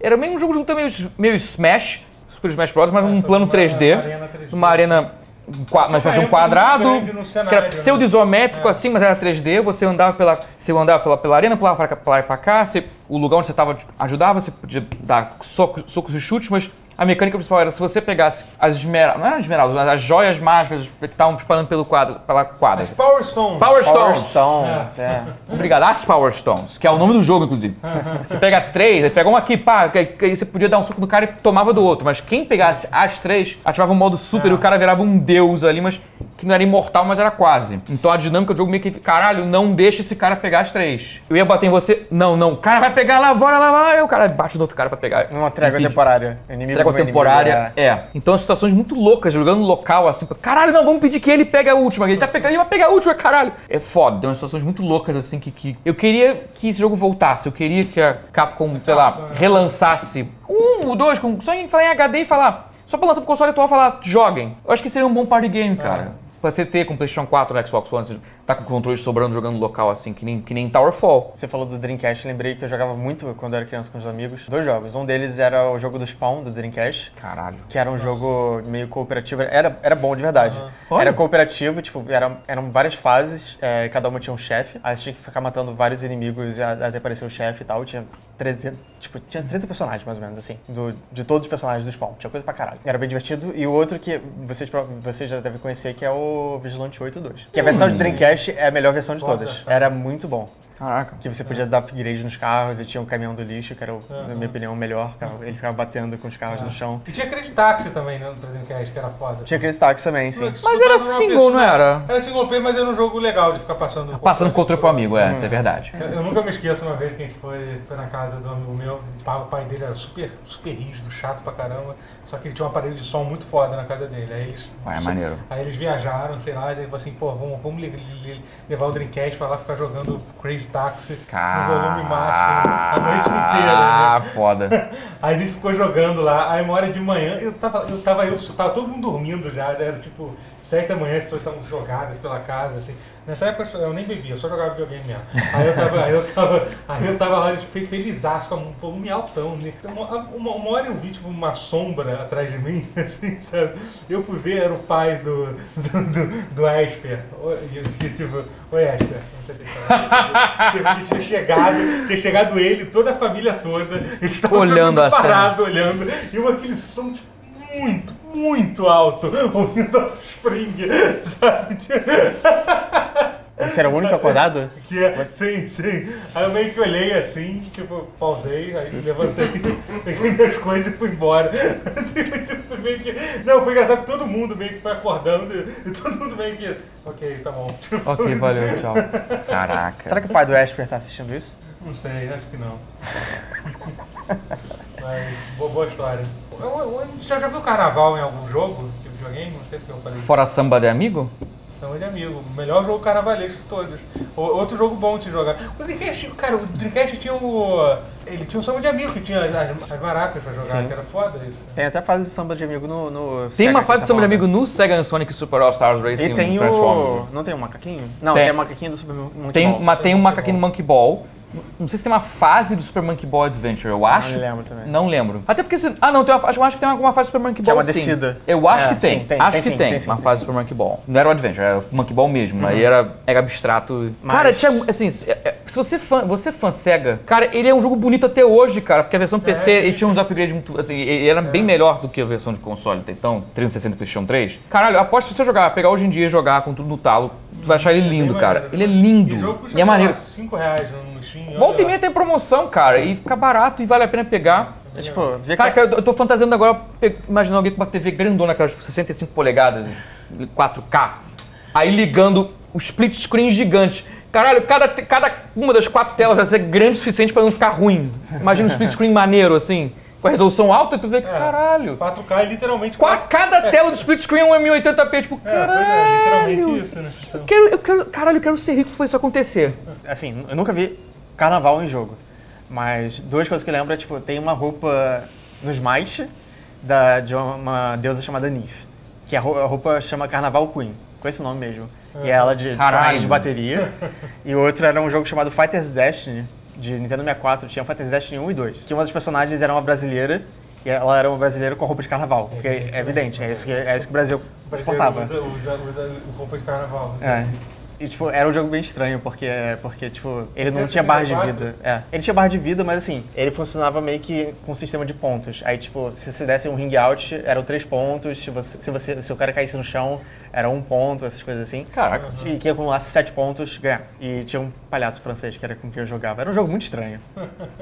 [SPEAKER 2] Era meio um jogo de luta meio, meio Smash, Super Smash Bros., mas
[SPEAKER 1] É,
[SPEAKER 2] num
[SPEAKER 1] só
[SPEAKER 2] plano
[SPEAKER 1] uma
[SPEAKER 2] 3D.
[SPEAKER 1] arena 3D.
[SPEAKER 2] Uma arena. um qua- Mas parecia um
[SPEAKER 1] época muito
[SPEAKER 2] quadrado,
[SPEAKER 1] grande no
[SPEAKER 2] que
[SPEAKER 1] cenário,
[SPEAKER 2] era
[SPEAKER 1] né?
[SPEAKER 2] pseudo-isométrico assim, mas era 3D. Você andava pela, você andava pela, pela arena, pulava pra, cá, pra lá e pra cá. você- o lugar onde você estava ajudava, você podia dar socos, socos e chutes, mas a mecânica principal era se você pegasse as esmeraldas, não eram esmeraldas, mas as joias mágicas que estavam espalhando pelo quadro, pela quadra.
[SPEAKER 1] Mas Power Stone.
[SPEAKER 2] Power
[SPEAKER 3] Power
[SPEAKER 2] Stones.
[SPEAKER 3] Stones, é.
[SPEAKER 2] Obrigado. As Power Stones, que é o nome do jogo, inclusive. Você pega três, aí pega uma aqui, pá, que, que aí você podia dar um suco do cara e tomava do outro. Mas quem pegasse as três, ativava um modo super
[SPEAKER 1] É.
[SPEAKER 2] e o cara virava um deus ali, mas que não era imortal, mas era quase. Então a dinâmica do jogo meio que, caralho, não deixa esse cara pegar as três. Eu ia bater em você, não, não, o cara vai pegar lá, bora lá, vai. Aí o cara bate no outro cara pra pegar.
[SPEAKER 3] É, Uma trégua
[SPEAKER 2] Impede.
[SPEAKER 3] temporária. Inimigo
[SPEAKER 2] Trégua
[SPEAKER 3] com inimigo,
[SPEAKER 2] temporária,
[SPEAKER 3] é.
[SPEAKER 2] é. Então, as situações muito loucas, jogando no local, assim, pra- caralho, não, vamos pedir que ele pegue a última, ele tá pegando, ele vai pegar a última, caralho. É foda, tem umas situações muito loucas, assim, que, que... Eu queria que esse jogo voltasse, eu queria que a Capcom, sei lá, relançasse um ou dois, com... só em falar em HD e falar, só pra lançar pro console atual e falar, joguem. Eu acho que seria um bom party game, cara. Pra TT com PlayStation 4 no Xbox One, assim, tá com controle sobrando jogando no local, assim, que nem, que nem Towerfall.
[SPEAKER 3] Você falou do Dreamcast, lembrei que eu jogava muito quando eu era criança com os amigos. Dois jogos. Um deles era o jogo do Spawn, do Dreamcast.
[SPEAKER 2] Caralho.
[SPEAKER 3] Que era um jogo meio cooperativo. Era, era bom de verdade.
[SPEAKER 2] Olha.
[SPEAKER 3] Era cooperativo, tipo, era, eram várias fases, é, e cada uma tinha um chefe. Aí você tinha que ficar matando vários inimigos e a- até aparecer o chefe e tal. Tinha 300, tipo, tinha 30 personagens, mais ou menos, assim. do- de todos os personagens do Spawn. Tinha coisa pra caralho. Era bem divertido. E o outro que vocês, prova- vocês já devem conhecer, que é o Vigilante 8.2. Que a versão de Dreamcast é a melhor versão de todas. Era muito bom.
[SPEAKER 2] Caraca.
[SPEAKER 3] Que você podia dar upgrade nos carros e tinha um caminhão do lixo, que era, o- na minha opinião, o melhor. Ele ficava batendo com os carros no chão.
[SPEAKER 1] E tinha Crazy Taxi também, né, no Dreamcast, que era foda.
[SPEAKER 3] Tinha Chris Taxi também, assim. sim.
[SPEAKER 2] Mas
[SPEAKER 1] Uma
[SPEAKER 2] era single, né?
[SPEAKER 1] pessoa-
[SPEAKER 2] não era?
[SPEAKER 1] Era single player, mas era um jogo legal de ficar passando.
[SPEAKER 2] Passando contra pro amigo, é, isso é verdade.
[SPEAKER 1] Eu, eu nunca me esqueço uma vez que a gente foi, foi na casa do amigo meu, o pai dele era super, super rígido, chato pra caramba, só que ele tinha um aparelho de som muito foda na casa dele. Aí eles,
[SPEAKER 2] Ué, é maneiro.
[SPEAKER 1] Aí eles viajaram, sei lá, e ele falou assim, pô, vamos, vamos le- le- levar o Dreamcast pra lá ficar jogando Crazy Taxi no volume máximo a noite inteira.
[SPEAKER 2] Ah,
[SPEAKER 1] né?
[SPEAKER 2] foda.
[SPEAKER 1] Aí a gente ficou jogando lá, aí uma hora de manhã, eu tava, eu tava, eu tava todo mundo dormindo já, já era tipo sete da manhã, as pessoas estavam jogadas pela casa, assim. Nessa época eu nem bebia, eu só jogava videogame mesmo. Aí eu tava, aí eu tava, aí eu tava lá fe- felizaço, com um volume altão, né? Então, Uma, uma, uma hora eu vi tipo uma sombra atrás de mim, assim, sabe? Eu fui ver, era o pai do, do, do, do Esper. E eu disse que tipo, oi Esper, não sei se ele fala. isso. Tipo, que tinha chegado, tinha chegado ele, toda a família toda, eles estavam todo
[SPEAKER 2] Olhando
[SPEAKER 1] mundo
[SPEAKER 2] a cena.
[SPEAKER 1] parado parado olhando, e eu aquele som tipo, muito, muito alto, ouvindo a Spring, sabe?
[SPEAKER 3] Você era o único acordado?
[SPEAKER 1] Que é, sim, sim. Aí eu meio que olhei assim, tipo, pausei, aí levantei, peguei minhas coisas e fui embora. Assim, tipo, foi meio que. Não, foi engraçado que todo mundo meio que foi acordando, e todo mundo meio que. Ok, tá bom. Tipo,
[SPEAKER 2] ok, valeu, tchau. Caraca.
[SPEAKER 3] Será que o pai do Esper tá assistindo isso?
[SPEAKER 1] Não sei, acho que não. Mas, boa, boa história. Eu, eu- eu- já, já viu carnaval em algum jogo de videogame? Não sei porque eu falei.
[SPEAKER 2] Fora samba de amigo?
[SPEAKER 1] São de amigo. Melhor jogo carnavalesco de todos. O- outro jogo bom de se jogar. O Dreamcast, cara, o Dreamcast tinha o. Ele tinha um samba de amigo que tinha as, as maracas pra jogar,
[SPEAKER 3] Sim.
[SPEAKER 1] que era foda isso.
[SPEAKER 3] Tem até fase de samba de amigo no. no
[SPEAKER 2] Tem
[SPEAKER 3] Sega
[SPEAKER 2] é uma
[SPEAKER 3] que
[SPEAKER 2] fase de samba de
[SPEAKER 3] chamava.
[SPEAKER 2] amigo no Sega Sonic Super All Stars Racing
[SPEAKER 3] E tem
[SPEAKER 2] Transformers.
[SPEAKER 3] o. Não tem o macaquinho? Não,
[SPEAKER 2] Tem.
[SPEAKER 3] tem, o macaquinho do Super Monkey
[SPEAKER 2] Tem,
[SPEAKER 3] Ball.
[SPEAKER 2] uma, tem um macaquinho no Monkey Ball. Não sei se tem uma fase do Super Monkey Ball Adventure, eu acho.
[SPEAKER 3] Ah, lembro também.
[SPEAKER 2] Não lembro. Até porque se. Ah, não, tem uma, acho, acho que tem alguma fase do Super Monkey Ball.
[SPEAKER 3] Que é uma
[SPEAKER 2] sim.
[SPEAKER 3] descida.
[SPEAKER 2] Eu acho
[SPEAKER 3] É,
[SPEAKER 2] que tem.
[SPEAKER 3] sim, tem,
[SPEAKER 2] acho
[SPEAKER 3] tem
[SPEAKER 2] que
[SPEAKER 3] sim,
[SPEAKER 2] tem,
[SPEAKER 3] tem sim. Uhum.
[SPEAKER 2] uma fase do Super Monkey Ball. Não era o Adventure, era o Monkey Ball mesmo. Aí era, era abstrato.
[SPEAKER 3] Mas-
[SPEAKER 2] Cara, tinha. Assim, se- é- é- se você é fã, você é fã Sega, cara, ele é um jogo bonito até hoje, cara. Porque a versão PC, ele tinha uns upgrades muito. Assim, ele era bem melhor do que a versão de console, até então, 360 e PlayStation 3. Caralho, aposto que se você jogar, pegar hoje em dia e jogar com tudo no talo, tu vai achar ele
[SPEAKER 1] Bem
[SPEAKER 2] lindo,
[SPEAKER 1] maneiro,
[SPEAKER 2] cara.
[SPEAKER 1] né?
[SPEAKER 2] Ele é
[SPEAKER 1] E jogo
[SPEAKER 2] lindo.
[SPEAKER 1] custa,
[SPEAKER 2] E é
[SPEAKER 1] sei lá,
[SPEAKER 2] maneiro.
[SPEAKER 1] 5 reais no Steam.
[SPEAKER 2] Volta e
[SPEAKER 1] olha
[SPEAKER 2] meia
[SPEAKER 1] lá.
[SPEAKER 2] tem promoção, cara, e fica barato e vale a pena pegar.
[SPEAKER 3] É tipo, via
[SPEAKER 2] Cara, cara, eu tô- eu tô fantasiando agora, pe- imaginando alguém com uma TV grandona, aquelas tipo, 65 polegadas, 4K, aí ligando o split screen gigante. Caralho, cada, te- cada uma das quatro telas vai ser grande o suficiente pra não ficar ruim. Imagina um split screen maneiro, assim, com a resolução alta, e tu vê que, caralho.
[SPEAKER 1] 4K é literalmente.
[SPEAKER 2] Qua-
[SPEAKER 1] quatro-
[SPEAKER 2] Cada tela do split screen é um M80p, tipo,
[SPEAKER 1] É, pois é, literalmente
[SPEAKER 2] caralho.
[SPEAKER 1] isso, né? Então,
[SPEAKER 2] Eu quero, eu quero, caralho, eu quero ser rico pra isso acontecer.
[SPEAKER 1] É.
[SPEAKER 3] assim, eu nunca vi carnaval em jogo. Mas duas coisas que eu lembro é, tipo, tem uma roupa nos mais da, de uma deusa chamada Nif, que a roupa, a roupa chama Carnaval Queen, com esse nome mesmo. E é ela de, de,
[SPEAKER 2] Caralho.
[SPEAKER 3] carrinho de bateria. e o outro era um jogo chamado Fighter's Destiny, de Nintendo 64. Tinha Fighter's Destiny 1 e 2. Que uma das personagens era uma brasileira, e ela era uma brasileira com roupa de carnaval. Porque é evidente, é isso que, é isso que o Brasil exportava.
[SPEAKER 1] Usa, usa, usa roupa de carnaval.
[SPEAKER 3] É. E, tipo, era um jogo bem estranho, porque, porque tipo, ele não
[SPEAKER 1] Nintendo
[SPEAKER 3] tinha barra de
[SPEAKER 1] 64?
[SPEAKER 3] vida. É. Ele tinha barra de vida, mas, assim, ele funcionava meio que com um sistema de pontos. Aí, tipo, se você desse um ring out, eram três pontos. Se, você, se, você, se o cara caísse no chão, era um ponto, essas coisas assim.
[SPEAKER 2] Caraca.
[SPEAKER 3] E que acumulasse sete pontos, ganhava. E tinha um palhaço francês que era com quem eu jogava. Era um jogo muito estranho.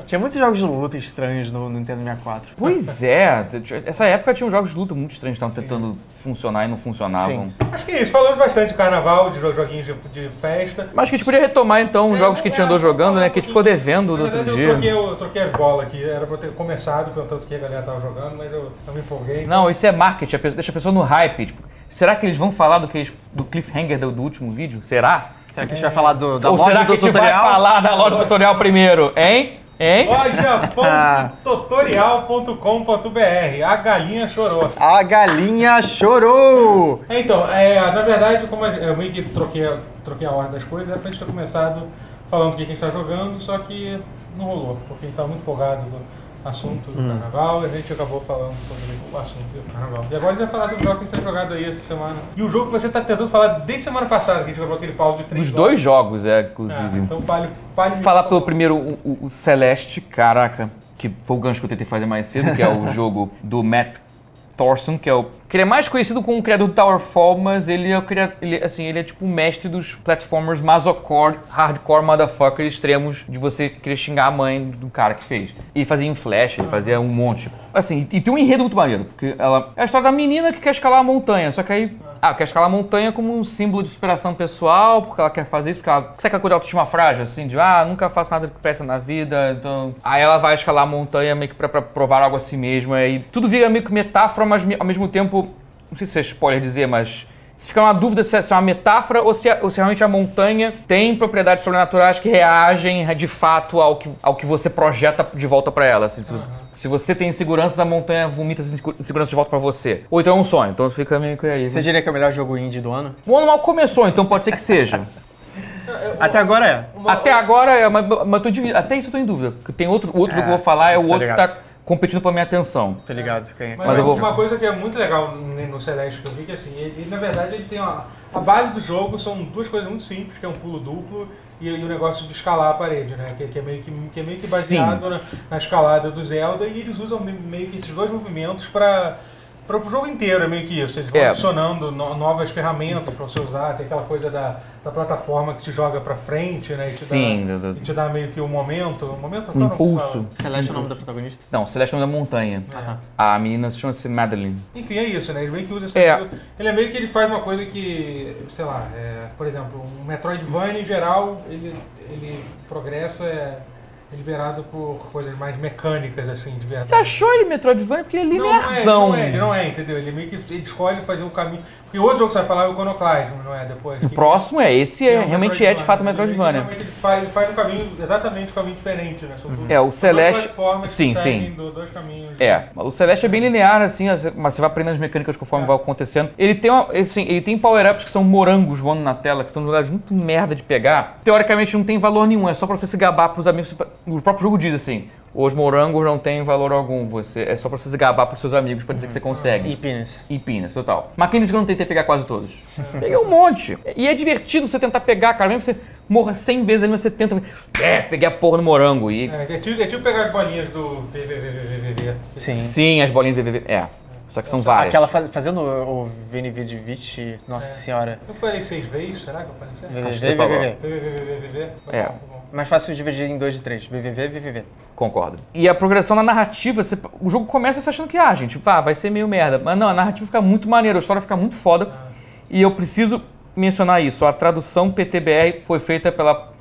[SPEAKER 3] tinha muitos jogos de luta estranhos no Nintendo 64.
[SPEAKER 2] Pois é, essa época tinha uns jogos de luta muito estranhos, estavam tentando funcionar e não funcionavam.
[SPEAKER 3] Sim.
[SPEAKER 1] Acho que é isso. Falamos bastante de carnaval, de jo- joguinhos de, de festa.
[SPEAKER 2] Mas acho que a gente podia retomar então os jogos que a gente andou jogando, né? Que a gente ficou devendo
[SPEAKER 1] Na
[SPEAKER 2] no outro
[SPEAKER 1] verdade, eu troquei,
[SPEAKER 2] dia.
[SPEAKER 1] eu troquei as bolas aqui. Era pra eu ter começado perguntando o que a galera tava jogando, mas eu, eu me empolguei.
[SPEAKER 2] Não, isso é marketing, a pessoa- deixa a pessoa no hype. Tipo, será que eles vão falar do, que eles- do cliffhanger do, do último vídeo? Será?
[SPEAKER 3] Será que a gente vai falar do, da
[SPEAKER 2] Ou
[SPEAKER 3] loja
[SPEAKER 2] será que
[SPEAKER 3] do
[SPEAKER 2] a gente
[SPEAKER 3] tutorial?
[SPEAKER 2] vai falar da loja do tutorial primeiro? Hein? Hein?
[SPEAKER 1] Olha.tutorial.com.br A galinha chorou.
[SPEAKER 3] A galinha chorou!
[SPEAKER 1] É, Então, é, na verdade, como a- eu meio que troquei, a- troquei a ordem das coisas, era pra gente ter começado falando do que a gente tá jogando, só que não rolou, porque a gente tava muito empolgado no assunto do carnaval, e a gente acabou falando sobre o assunto do carnaval. E agora a gente vai falar sobre o jogo que a gente tá jogado aí essa semana. E o jogo que você tá tentando falar desde semana passada, que a gente gravou aquele pau de três
[SPEAKER 2] Os
[SPEAKER 1] horas.
[SPEAKER 2] dois jogos, é,
[SPEAKER 1] Ah,
[SPEAKER 2] inclusive.
[SPEAKER 1] então fale, fale
[SPEAKER 2] falar pelo primeiro, o, o- o Celeste, caraca, que foi o gancho que eu tentei fazer mais cedo, que é o jogo do Matt Thorson, que é o. Que ele é mais conhecido como o criador do Towerfall, mas ele é, o cria- ele, assim, ele é tipo o mestre dos platformers masocore, hardcore motherfucker extremos de você querer xingar a mãe do cara que fez. E ele fazia em flash, ele fazia um monte. Assim, e tem um enredo muito maneiro, porque ela. É a história da menina que quer escalar a montanha, só que aí. Ah, quer escalar a montanha como um símbolo de superação pessoal, porque ela quer fazer isso, porque ela. Sabe aquela coisa de autoestima frágil, assim, de ah, nunca faço nada que presta na vida, então. Aí ela vai escalar a montanha meio que pra, pra provar algo a si mesma, e tudo vira meio que metáfora, mas me- ao mesmo tempo. Não sei se é spoiler dizer, mas. Se fica uma dúvida se é se é uma metáfora ou se, é- ou se realmente a montanha tem propriedades sobrenaturais que reagem de fato ao que, ao que você projeta de volta pra ela. Assim, se, você, se você tem inseguranças, a montanha vomita as insegu- inseguranças de volta pra você. Ou então é um sonho, então fica meio que aí.
[SPEAKER 3] Você diria que é o melhor jogo indie do ano?
[SPEAKER 2] O ano mal começou, então pode ser que seja.
[SPEAKER 3] Até agora é.
[SPEAKER 2] Até agora, é, mas, mas tô divi- até isso eu tô em dúvida. Porque tem outro, o outro
[SPEAKER 3] É,
[SPEAKER 2] que eu vou falar, é o
[SPEAKER 3] isso,
[SPEAKER 2] outro que
[SPEAKER 3] obrigado.
[SPEAKER 2] tá competindo pra minha atenção.
[SPEAKER 3] Tô ligado. Quem é.
[SPEAKER 1] Mas,
[SPEAKER 2] Mas eu vou-
[SPEAKER 1] uma coisa que é muito legal no no Celeste que eu vi, que assim, ele, ele, na verdade ele tem uma, a base do jogo são duas coisas muito simples, que é um pulo duplo e, e o negócio de escalar a parede, né? Que, que é, meio que, que é meio que baseado na, na escalada do Zelda e eles usam me- meio que esses dois movimentos para para o jogo inteiro, é meio que isso. Eles vão
[SPEAKER 2] É.
[SPEAKER 1] adicionando no- novas ferramentas para você usar. Tem aquela coisa da, da plataforma que te joga para frente, né? E te
[SPEAKER 2] Sim,
[SPEAKER 1] Dá,
[SPEAKER 2] do- do-
[SPEAKER 1] e te dá meio que um momento. Um momento
[SPEAKER 2] Um impulso.
[SPEAKER 3] Celeste é o nome da protagonista?
[SPEAKER 2] Não, Celeste é o nome da montanha.
[SPEAKER 1] tá.
[SPEAKER 2] A menina se chama-se Madeline.
[SPEAKER 1] Enfim, é isso, né? Ele meio que usa esse
[SPEAKER 2] É.
[SPEAKER 1] estilo. Ele é meio que ele faz uma coisa que, sei lá, é, por exemplo, um Metroidvania em geral, ele, ele progressa, é, é liberado por coisas mais mecânicas, assim, de verdade.
[SPEAKER 2] Você achou ele Metroidvania? Porque ele é
[SPEAKER 1] Não, não é,
[SPEAKER 2] linearzão.
[SPEAKER 1] não é, ele não é, entendeu? Ele meio que ele escolhe fazer um caminho. Porque o outro jogo que você vai falar é o Iconoclasm, não é? Depois.
[SPEAKER 2] O
[SPEAKER 1] que-
[SPEAKER 2] próximo é, esse é,
[SPEAKER 1] que um
[SPEAKER 2] realmente é de fato um
[SPEAKER 1] Ele
[SPEAKER 2] Metroidvania.
[SPEAKER 1] realmente ele faz, ele faz um caminho, exatamente um caminho diferente, né? São duas-
[SPEAKER 2] É, o
[SPEAKER 1] duas
[SPEAKER 2] Celeste-
[SPEAKER 1] plataformas que
[SPEAKER 2] sim, sim.
[SPEAKER 1] seguem do- dois caminhos.
[SPEAKER 2] É, o Celeste é bem linear, assim, mas você vai aprendendo as mecânicas conforme vai acontecendo. Ele tem, uma- assim, ele tem power-ups que são morangos voando na tela, que estão em lugares muito merda de pegar. Teoricamente não tem valor nenhum, é só pra você se gabar pros amigos. O próprio jogo diz assim, os morangos não têm valor algum, você, é só pra você se gabar pros seus amigos pra dizer que você consegue.
[SPEAKER 3] E Penis.
[SPEAKER 2] E pinas, total. Mas quem disse que eu não tentei pegar quase todos? Peguei um monte. E é divertido você tentar pegar, cara. Mesmo que você morra 100 vezes ali, mas você tenta. É, peguei a porra no morango. E
[SPEAKER 1] É, é tipo, é tipo pegar as bolinhas do VVVVVV.
[SPEAKER 3] Sim.
[SPEAKER 2] sim, as bolinhas do BBB. É. Só que são várias.
[SPEAKER 3] Aquela fa- fazendo o o Vini Vidivici, nossa senhora.
[SPEAKER 1] Eu falei seis vezes, será que eu falei seis?
[SPEAKER 2] É. Acho que você
[SPEAKER 3] VVV,
[SPEAKER 2] falou.
[SPEAKER 3] VVV.
[SPEAKER 1] VVVVVV?
[SPEAKER 2] É.
[SPEAKER 1] Tá bom.
[SPEAKER 3] Mais fácil dividir em dois de três. VVV, VVV.
[SPEAKER 2] Concordo. E a progressão na narrativa, você- o jogo começa você achando que, ah, gente, vá, vai ser meio merda. Mas não, a narrativa fica muito maneira, a história fica muito foda. E eu preciso mencionar isso. A tradução PTBR foi feita pela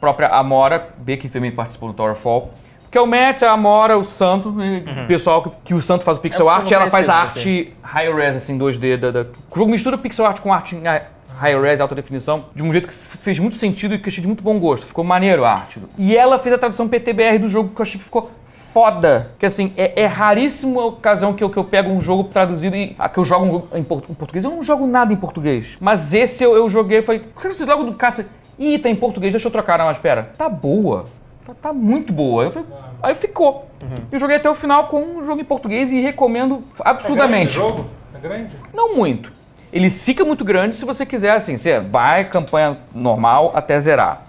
[SPEAKER 2] própria Amora, B, que também participou do Towerfall. Porque o Matt, a Amora, o Santo, e o pessoal que, que o Santo faz o pixel
[SPEAKER 3] É um
[SPEAKER 2] art,
[SPEAKER 3] pouco
[SPEAKER 2] ela faz a
[SPEAKER 3] parecido,
[SPEAKER 2] arte high res, assim, 2D. Da, da- O jogo mistura pixel art com arte em hi- high res, alta definição, de um jeito que f- fez muito sentido e que eu achei de muito bom gosto. Ficou maneiro a arte. E ela fez a tradução PTBR do jogo que eu achei que ficou foda. Que assim, é, é raríssima a ocasião que eu, que eu pego um jogo traduzido e ah, que eu jogo um jogo em, portu- em português. Eu não jogo nada em português. Mas esse eu, eu joguei e falei, por que você logo do caça? Ih, tá em português, deixa eu trocar. Não, mas pera, tá boa. Tá, tá muito boa. Eu falei, aí ficou. Eu joguei até o final com um jogo em português e recomendo absurdamente.
[SPEAKER 1] É grande o jogo? É grande?
[SPEAKER 2] Não muito. Ele fica muito grande se você quiser, assim, você vai campanha normal até zerar.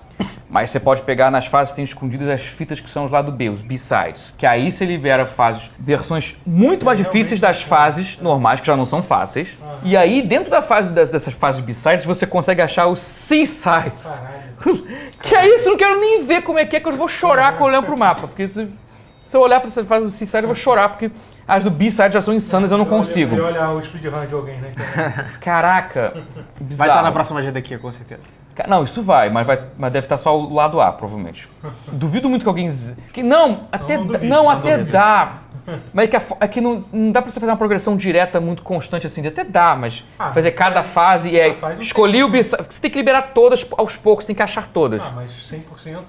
[SPEAKER 2] Mas você pode pegar nas fases que tem escondidas as fitas que são os lado B, os B-sides. Que aí você libera fases, versões muito mais difíceis das fases normais, que já não são fáceis. E aí, dentro da fase das- dessas fases B-sides, você consegue achar os C-sides.
[SPEAKER 1] Caralho.
[SPEAKER 2] Que é isso, eu não quero nem ver como é que é, que eu vou chorar quando eu olhar pro mapa. Porque se, se eu olhar pra essas fases do C-side, eu vou chorar, porque as do B-side já são insanas, eu não consigo.
[SPEAKER 1] E olhar o speedrun de alguém, né? cara?
[SPEAKER 2] Caraca, bizarro.
[SPEAKER 3] Vai estar na próxima GDQ, com certeza.
[SPEAKER 2] Ca- Não, isso vai, mas, vai, mas deve estar só o lado A, provavelmente. Duvido muito que alguém... z- Que não, até,
[SPEAKER 1] não
[SPEAKER 2] dá-
[SPEAKER 1] duvido,
[SPEAKER 2] não,
[SPEAKER 1] não
[SPEAKER 2] até dá. Mas é que, a fo- é que não, não dá pra você fazer uma progressão direta muito constante assim. Até dá, mas
[SPEAKER 1] Ah,
[SPEAKER 2] fazer
[SPEAKER 1] mas
[SPEAKER 2] cada fase e aí...
[SPEAKER 1] Ah, faz um
[SPEAKER 2] Escolhi o bis... Você tem que liberar todas aos poucos, tem que achar todas.
[SPEAKER 1] Ah, mas 100%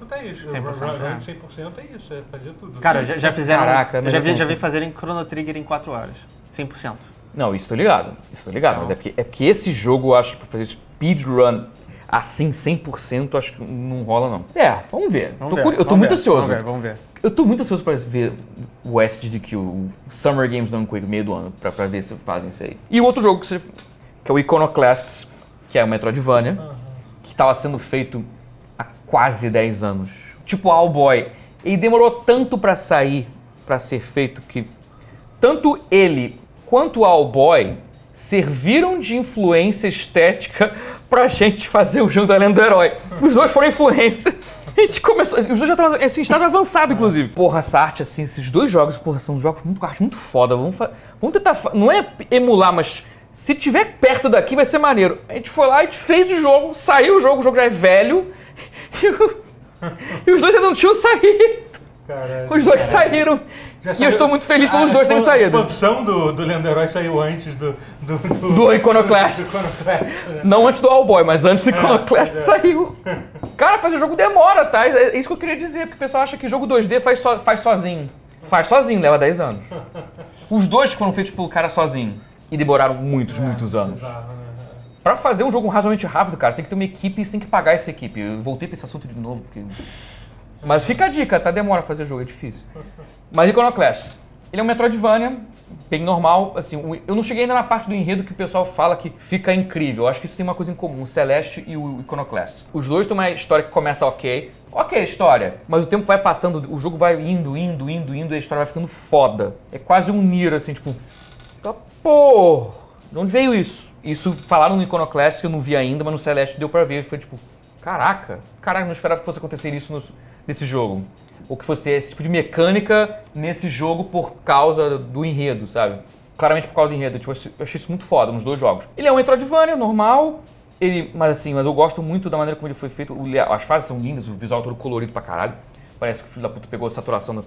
[SPEAKER 1] tá isso.
[SPEAKER 3] 100%,
[SPEAKER 1] Run- run-
[SPEAKER 3] né?
[SPEAKER 1] 100% é isso, é fazer tudo.
[SPEAKER 3] Cara, já, já fizeram.
[SPEAKER 2] Caraca,
[SPEAKER 3] eu já
[SPEAKER 2] mas
[SPEAKER 3] vi,
[SPEAKER 2] eu-
[SPEAKER 3] já vi fazerem Chrono Trigger em 4 horas. 100%.
[SPEAKER 2] Não, isso tô ligado. Isso tô ligado. Mas é porque, é porque esse jogo, eu acho que pra fazer speedrun assim, 100%, eu acho que não rola, não. É, vamos ver.
[SPEAKER 3] Vamos
[SPEAKER 2] Tô
[SPEAKER 3] ver,
[SPEAKER 2] curi- Eu tô
[SPEAKER 3] vamos
[SPEAKER 2] muito
[SPEAKER 3] ver,
[SPEAKER 2] ansioso.
[SPEAKER 3] Vamos ver, vamos ver.
[SPEAKER 2] Eu tô muito ansioso pra ver o SDQ, o Summer Games Done Quick, meio do ano, pra, pra ver se fazem isso aí. E o outro jogo que, você- que é o Iconoclasts, que é o Metroidvania, que tava sendo feito há quase 10 anos. Tipo Allboy. E demorou tanto pra sair, pra ser feito, que tanto ele quanto o Allboy serviram de influência estética pra gente fazer o jogo da Lenda do Herói. Os dois foram influência. A gente começou. Os dois já estavam assim, em estado avançado, inclusive. Porra, essa arte, assim, esses dois jogos, porra, são jogos muito, arte muito foda. Vamos, fa- vamos tentar. fa- Não é emular, mas se tiver perto daqui vai ser maneiro. A gente foi lá, a gente fez o jogo, saiu o jogo, o jogo já é velho. E, o- e os dois ainda não tinham saído.
[SPEAKER 1] Caralho.
[SPEAKER 2] Os dois saíram.
[SPEAKER 1] É. Já
[SPEAKER 2] E eu
[SPEAKER 1] saiu-
[SPEAKER 2] estou muito feliz
[SPEAKER 1] Ah,
[SPEAKER 2] pelos dois terem
[SPEAKER 1] expan-
[SPEAKER 2] saído.
[SPEAKER 1] A expansão do, do Lenda Herói saiu antes do... Do, do,
[SPEAKER 2] Do Iconoclasts.
[SPEAKER 1] do Iconoclasts, né?
[SPEAKER 2] Não antes do Allboy, mas antes do Iconoclast
[SPEAKER 1] é.
[SPEAKER 2] saiu. Cara, fazer jogo demora, tá? É é isso que eu queria dizer, porque o pessoal acha que jogo 2D faz, so- faz sozinho. Faz sozinho, leva 10 anos. Os dois foram feitos pelo cara sozinho. E demoraram
[SPEAKER 1] É,
[SPEAKER 2] muitos, muitos anos.
[SPEAKER 1] Bizarro, né?
[SPEAKER 2] Pra fazer um jogo razoavelmente rápido, cara, você tem que ter uma equipe e você tem que pagar essa equipe. Eu voltei pra esse assunto de novo, porque. Mas fica a dica, tá? Demora fazer jogo, é difícil. Mas Iconoclast. Ele é um Metroidvania, bem normal. Assim, o- eu não cheguei ainda na parte do enredo que o pessoal fala que fica incrível. Eu acho que isso tem uma coisa em comum, o Celeste e o Iconoclast. Os dois têm uma história que começa ok. Ok, a história. Mas o tempo vai passando, o jogo vai indo, indo, indo, indo, e a história vai ficando foda. É quase um Nier, assim, tipo. Tá, pô, de onde veio isso? Isso falaram no Iconoclast, que eu não vi ainda, mas no Celeste deu pra ver. Foi tipo, caraca, caraca, não esperava que fosse acontecer isso no- nesse jogo. Ou que fosse ter esse tipo de mecânica nesse jogo por causa do enredo, sabe? Claramente por causa do enredo. Tipo, eu achei isso muito foda nos dois jogos. Ele é um Metroidvania normal, ele, mas assim, mas eu gosto muito da maneira como ele foi feito. O- As fases são lindas, o visual todo colorido pra caralho. Parece que o filho da puta pegou a saturação da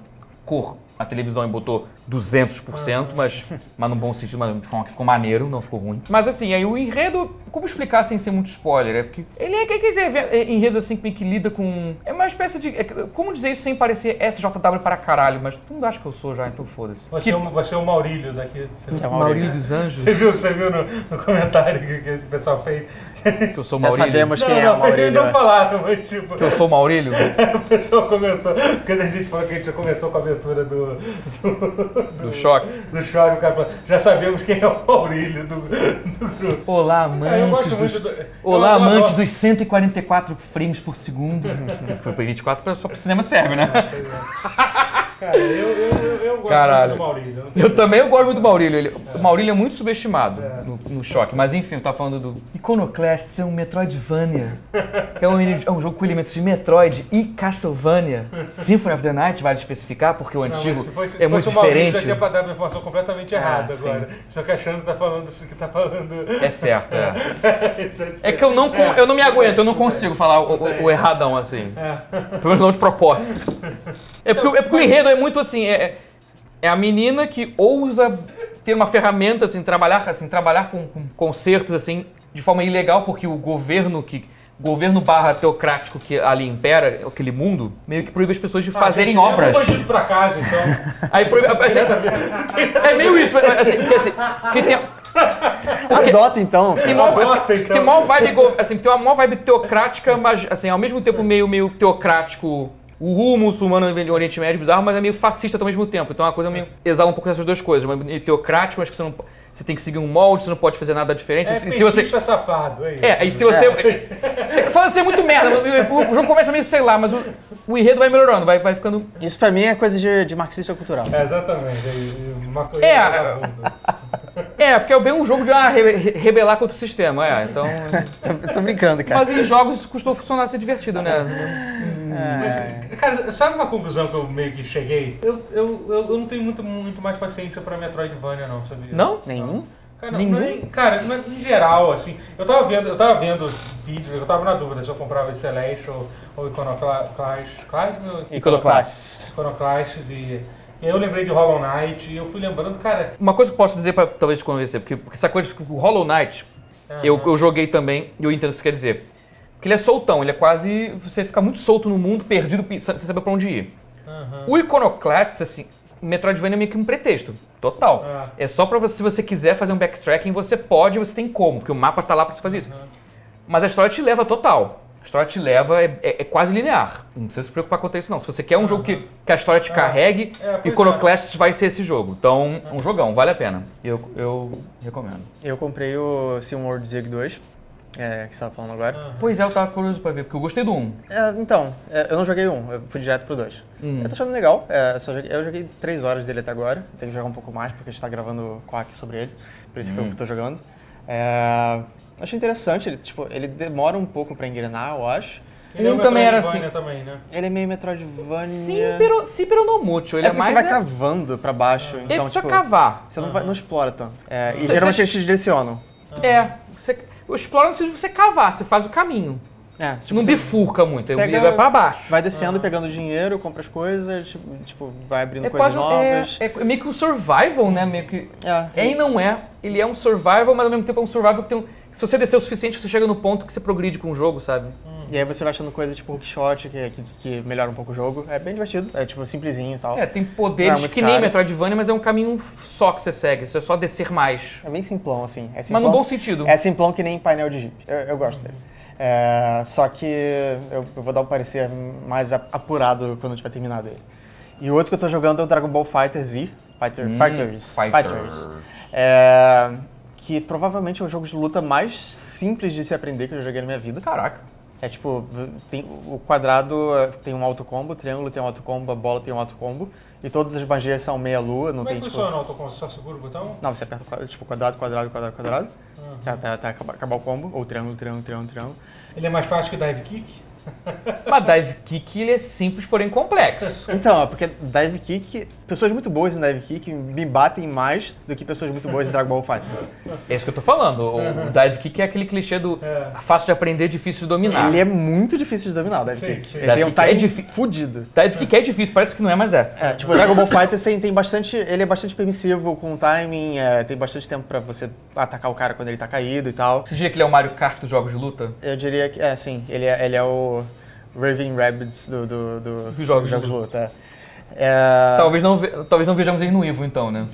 [SPEAKER 2] cor na televisão e botou
[SPEAKER 1] Ah.
[SPEAKER 2] 200%, mas, mas num bom sentido, mas de forma que ficou maneiro, não ficou ruim. Mas assim, aí o enredo, como explicar sem ser muito spoiler? É porque ele é, quer dizer, é enredo assim que meio que lida com... É uma espécie de... é que- como dizer isso sem parecer SJW para caralho, mas todo mundo acha que eu sou já, então foda-se.
[SPEAKER 1] Você,
[SPEAKER 2] Que-
[SPEAKER 1] é o, você é o Maurílio daqui. Você,
[SPEAKER 3] é o
[SPEAKER 2] Maurílio dos Anjos,
[SPEAKER 1] você viu, você viu no, no comentário que, que esse pessoal fez?
[SPEAKER 2] que eu sou
[SPEAKER 3] Já
[SPEAKER 2] Maurílio.
[SPEAKER 3] sabemos quem
[SPEAKER 1] não,
[SPEAKER 3] é o
[SPEAKER 1] não, eles
[SPEAKER 3] Maurílio.
[SPEAKER 1] não falaram, mas tipo,
[SPEAKER 2] Que eu sou Maurílio.
[SPEAKER 1] o pessoal comentou, quando a gente falou que a gente já começou com a aventura do, do,
[SPEAKER 2] Do choque.
[SPEAKER 1] do choque, o cara falou, já sabemos quem é o Maurílio do, do grupo.
[SPEAKER 2] Olá,
[SPEAKER 1] Ah, eu gosto
[SPEAKER 2] amantes dos...
[SPEAKER 1] muito do-
[SPEAKER 2] Olá,
[SPEAKER 1] eu
[SPEAKER 2] amantes
[SPEAKER 1] adoro.
[SPEAKER 2] dos 144 frames por segundo. Foi pra 24, pra- só pro cinema serve, né?
[SPEAKER 1] Cara, eu, eu, eu, eu gosto
[SPEAKER 2] Caralho.
[SPEAKER 1] muito do Maurílio. não tem-
[SPEAKER 2] Eu também eu gosto muito do Maurílio. Ele, O Maurílio é muito subestimado no, no choque. Mas enfim, eu tava falando do... Iconoclasts é um Metroidvania. É um, é um jogo com elementos de Metroid e Castlevania. Symphony of the Night, vale especificar, porque o
[SPEAKER 1] Não, mas
[SPEAKER 2] antigo
[SPEAKER 1] se fosse- se
[SPEAKER 2] é muito
[SPEAKER 1] fosse o Maurílio,
[SPEAKER 2] diferente.
[SPEAKER 1] já tinha pra dar uma informação completamente errada
[SPEAKER 3] sim.
[SPEAKER 1] agora. Só que a Xana tá falando isso que tá falando.
[SPEAKER 2] É certo, é.
[SPEAKER 1] Isso é- É.
[SPEAKER 2] É que eu não, con- eu não me aguento, eu não consigo falar o, o- o erradão assim. Pelo menos não de propósito. É porque, é porque o enredo é muito assim, é, é a menina que ousa ter uma ferramenta, assim, trabalhar, assim, trabalhar com, com concertos, assim, de forma ilegal, porque o governo que governo barra teocrático que ali impera, aquele mundo, meio que proíbe as pessoas de
[SPEAKER 1] Ah,
[SPEAKER 2] fazerem
[SPEAKER 1] gente,
[SPEAKER 2] obras.
[SPEAKER 1] Leva o bandido pra casa, então.
[SPEAKER 2] Aí proíbe, assim, é meio isso, mas, assim, porque, assim, porque tem,
[SPEAKER 3] Adota então.
[SPEAKER 2] tem mó-
[SPEAKER 1] Adota, então.
[SPEAKER 2] tem mó vibe, go- assim, tem uma mó vibe teocrática, mas assim, ao mesmo tempo meio, meio teocrático. O rumo muçulmano no Oriente Médio é bizarro, mas é meio fascista ao mesmo tempo. Então é uma coisa meio. exala um pouco essas duas coisas. mas Meio teocrático, mas que você não. po- Você tem que seguir um molde, você não pode fazer nada diferente.
[SPEAKER 1] É,
[SPEAKER 2] e se você,
[SPEAKER 1] petista safado, é isso.
[SPEAKER 2] é, e se você. É que fala assim, é muito merda. O, o jogo começa meio, sei lá, mas o, o enredo vai melhorando, vai, vai ficando.
[SPEAKER 3] Isso pra mim é coisa de, de marxista cultural.
[SPEAKER 1] É, exatamente. É, uma coisa
[SPEAKER 2] É,
[SPEAKER 1] vagabunda.
[SPEAKER 2] É, porque é bem um jogo de ah, re- re- rebelar contra o sistema, é. Então.
[SPEAKER 3] Eu tô brincando, cara.
[SPEAKER 2] Mas em jogos isso costuma funcionar ser divertido, né? É.
[SPEAKER 3] É.
[SPEAKER 1] Cara, sabe uma conclusão que eu meio que cheguei? Eu, eu, eu, eu não tenho muito, muito mais paciência pra Metroidvania, não, sabia?
[SPEAKER 2] Não?
[SPEAKER 3] Nenhum?
[SPEAKER 1] Cara, não,
[SPEAKER 3] Nenhum?
[SPEAKER 1] não é- cara, não é- em geral, assim, eu tava vendo, eu tava vendo os vídeos, eu tava na dúvida se eu comprava esse Celeste ou, ou Iconoclast. Clash, meu?
[SPEAKER 3] Iconoclastes.
[SPEAKER 1] Iconoclastes e. E aí eu lembrei de Hollow Knight e eu fui lembrando, cara.
[SPEAKER 2] Uma coisa que eu posso dizer pra talvez te convencer, porque, porque essa coisa. O Hollow Knight, eu, eu joguei também, e eu entendo o que você quer dizer. Porque ele é soltão, ele é quase. Você fica muito solto no mundo, perdido, pe- sem sem saber pra onde ir.
[SPEAKER 1] Aham.
[SPEAKER 2] O Iconoclasts, assim, Metroidvania é meio que um pretexto. Total.
[SPEAKER 1] Ah.
[SPEAKER 2] É só pra você, se você quiser fazer um backtracking, você pode, você tem como, porque o mapa tá lá pra você fazer isso. Mas a história te leva total. A história te leva, é, é- é quase linear. Não precisa se preocupar quanto a isso, não. Se você quer um jogo que, que a história te carregue,
[SPEAKER 1] É, pois é.
[SPEAKER 2] Iconoclasts vai ser esse jogo. Então, um jogão, vale a pena. Eu, eu recomendo.
[SPEAKER 3] Eu comprei o SimWorld Zig 2, é, que você tava falando agora.
[SPEAKER 2] Pois é, eu tava curioso pra ver, porque eu gostei do 1.
[SPEAKER 3] É, então, é, eu não joguei um, eu fui direto pro dois.
[SPEAKER 2] Hum.
[SPEAKER 3] Eu tô achando legal, é, só joguei- eu joguei três horas dele até agora, tenho que jogar um pouco mais porque a gente tá gravando Quack sobre ele, por isso
[SPEAKER 2] Hum.
[SPEAKER 3] que eu tô jogando. É, achei interessante, ele, tipo, ele demora um pouco pra engrenar, eu acho.
[SPEAKER 1] Ele é
[SPEAKER 2] Um também era
[SPEAKER 1] Metroidvania
[SPEAKER 2] assim.
[SPEAKER 1] Também, né?
[SPEAKER 3] Ele é meio Metroidvania.
[SPEAKER 2] Sim, pero, sim, pero não muito. Ele
[SPEAKER 3] É
[SPEAKER 2] é,
[SPEAKER 3] porque
[SPEAKER 2] mais...
[SPEAKER 3] você vai
[SPEAKER 2] né?
[SPEAKER 3] cavando pra baixo,
[SPEAKER 2] Ele
[SPEAKER 3] então,
[SPEAKER 2] precisa
[SPEAKER 3] tipo,
[SPEAKER 2] cavar. Ah.
[SPEAKER 3] você não, vai- não explora tanto. É, e
[SPEAKER 2] Cê-
[SPEAKER 3] geralmente
[SPEAKER 2] cê-
[SPEAKER 3] eles te direcionam.
[SPEAKER 1] Ah.
[SPEAKER 2] É. Você, o explora não precisa você cavar, você faz o caminho.
[SPEAKER 3] É, tipo,
[SPEAKER 2] não
[SPEAKER 3] você
[SPEAKER 2] bifurca muito, ele
[SPEAKER 3] pega-
[SPEAKER 2] vai pra baixo.
[SPEAKER 3] vai descendo, pegando dinheiro, compra as coisas, tipo- tipo, vai abrindo
[SPEAKER 2] É
[SPEAKER 3] coisas
[SPEAKER 2] quase é,
[SPEAKER 3] novas.
[SPEAKER 2] é meio que um survival, né? Meio que.
[SPEAKER 3] É.
[SPEAKER 2] É e não é. Ele é um survival, mas ao mesmo tempo é um survival que tem um. Se você descer o suficiente, você chega no ponto que você progride com o jogo, sabe?
[SPEAKER 3] E aí você vai achando coisa tipo hookshot, que, que, que melhora um pouco o jogo. É bem divertido, é tipo simplesinho e tal.
[SPEAKER 2] É,
[SPEAKER 3] É.
[SPEAKER 2] tem
[SPEAKER 3] Não, é
[SPEAKER 2] poderes
[SPEAKER 3] muito
[SPEAKER 2] que nem
[SPEAKER 3] caro.
[SPEAKER 2] Metroidvania, mas é um caminho só que você segue. Você é só descer mais.
[SPEAKER 3] bem simplão, assim. É
[SPEAKER 2] Mas
[SPEAKER 3] simplão,
[SPEAKER 2] no bom sentido.
[SPEAKER 3] É simplão que nem painel de Jeep. Eu, eu gosto dele. É, só que eu, eu vou dar um parecer mais ap- apurado quando eu tiver terminado ele. E o outro que eu tô jogando é o Dragon Ball Fighter Z. Fighter, Fighters.
[SPEAKER 2] Hum, Fighters.
[SPEAKER 3] Fighters. É, que provavelmente é o jogo de luta mais simples de se aprender que eu já joguei na minha vida.
[SPEAKER 2] Caraca.
[SPEAKER 3] É tipo, v- tem, o quadrado eh, tem um autocombo, o triângulo tem um autocombo, a bola tem um autocombo, e todas as magias são meia-lua, não
[SPEAKER 1] Como é
[SPEAKER 3] tem
[SPEAKER 1] que
[SPEAKER 3] tipo.
[SPEAKER 1] funciona o autocom? Você só segura o botão?
[SPEAKER 3] Não, você aperta o quadrado, tipo quadrado, quadrado, quadrado, quadrado,
[SPEAKER 1] Ah.
[SPEAKER 3] até, até acabar, acabar o combo, ou triângulo, triângulo, triângulo, triângulo.
[SPEAKER 1] Ele é mais fácil que Dive Kick?
[SPEAKER 2] Mas Dive Kick ele é simples, porém complexo.
[SPEAKER 3] Então, é porque dive kick, pessoas muito boas em dive kick me batem mais do que pessoas muito boas em Dragon Ball Fighters.
[SPEAKER 2] É isso que eu tô falando. O,
[SPEAKER 3] Uhum.
[SPEAKER 2] o Dive Kick é aquele clichê do
[SPEAKER 1] É.
[SPEAKER 2] fácil de aprender, difícil de dominar.
[SPEAKER 3] Ele é muito difícil de dominar, o dive
[SPEAKER 1] Sim,
[SPEAKER 3] kick.
[SPEAKER 1] sim.
[SPEAKER 3] Ele tem um
[SPEAKER 2] Ah. Dive kick é
[SPEAKER 3] timing
[SPEAKER 2] difí-
[SPEAKER 3] fudido.
[SPEAKER 2] Dive Kick é difícil, parece que não é, mas é.
[SPEAKER 3] É, tipo, o Dragon Ball Fighters tem, tem bastante. Ele é bastante permissivo com o timing, é, tem bastante tempo pra você atacar o cara quando ele tá caído e tal.
[SPEAKER 2] Você diria que ele é o Mario Kart dos jogos de luta?
[SPEAKER 3] Eu diria que, é, sim, ele é, ele é o Raving Rabbids do, do, do-
[SPEAKER 2] Dos jogos de Tá,
[SPEAKER 3] de luta. é. É,
[SPEAKER 2] Talvez, não, ve- talvez não vejamos ele no Ivo, então, né?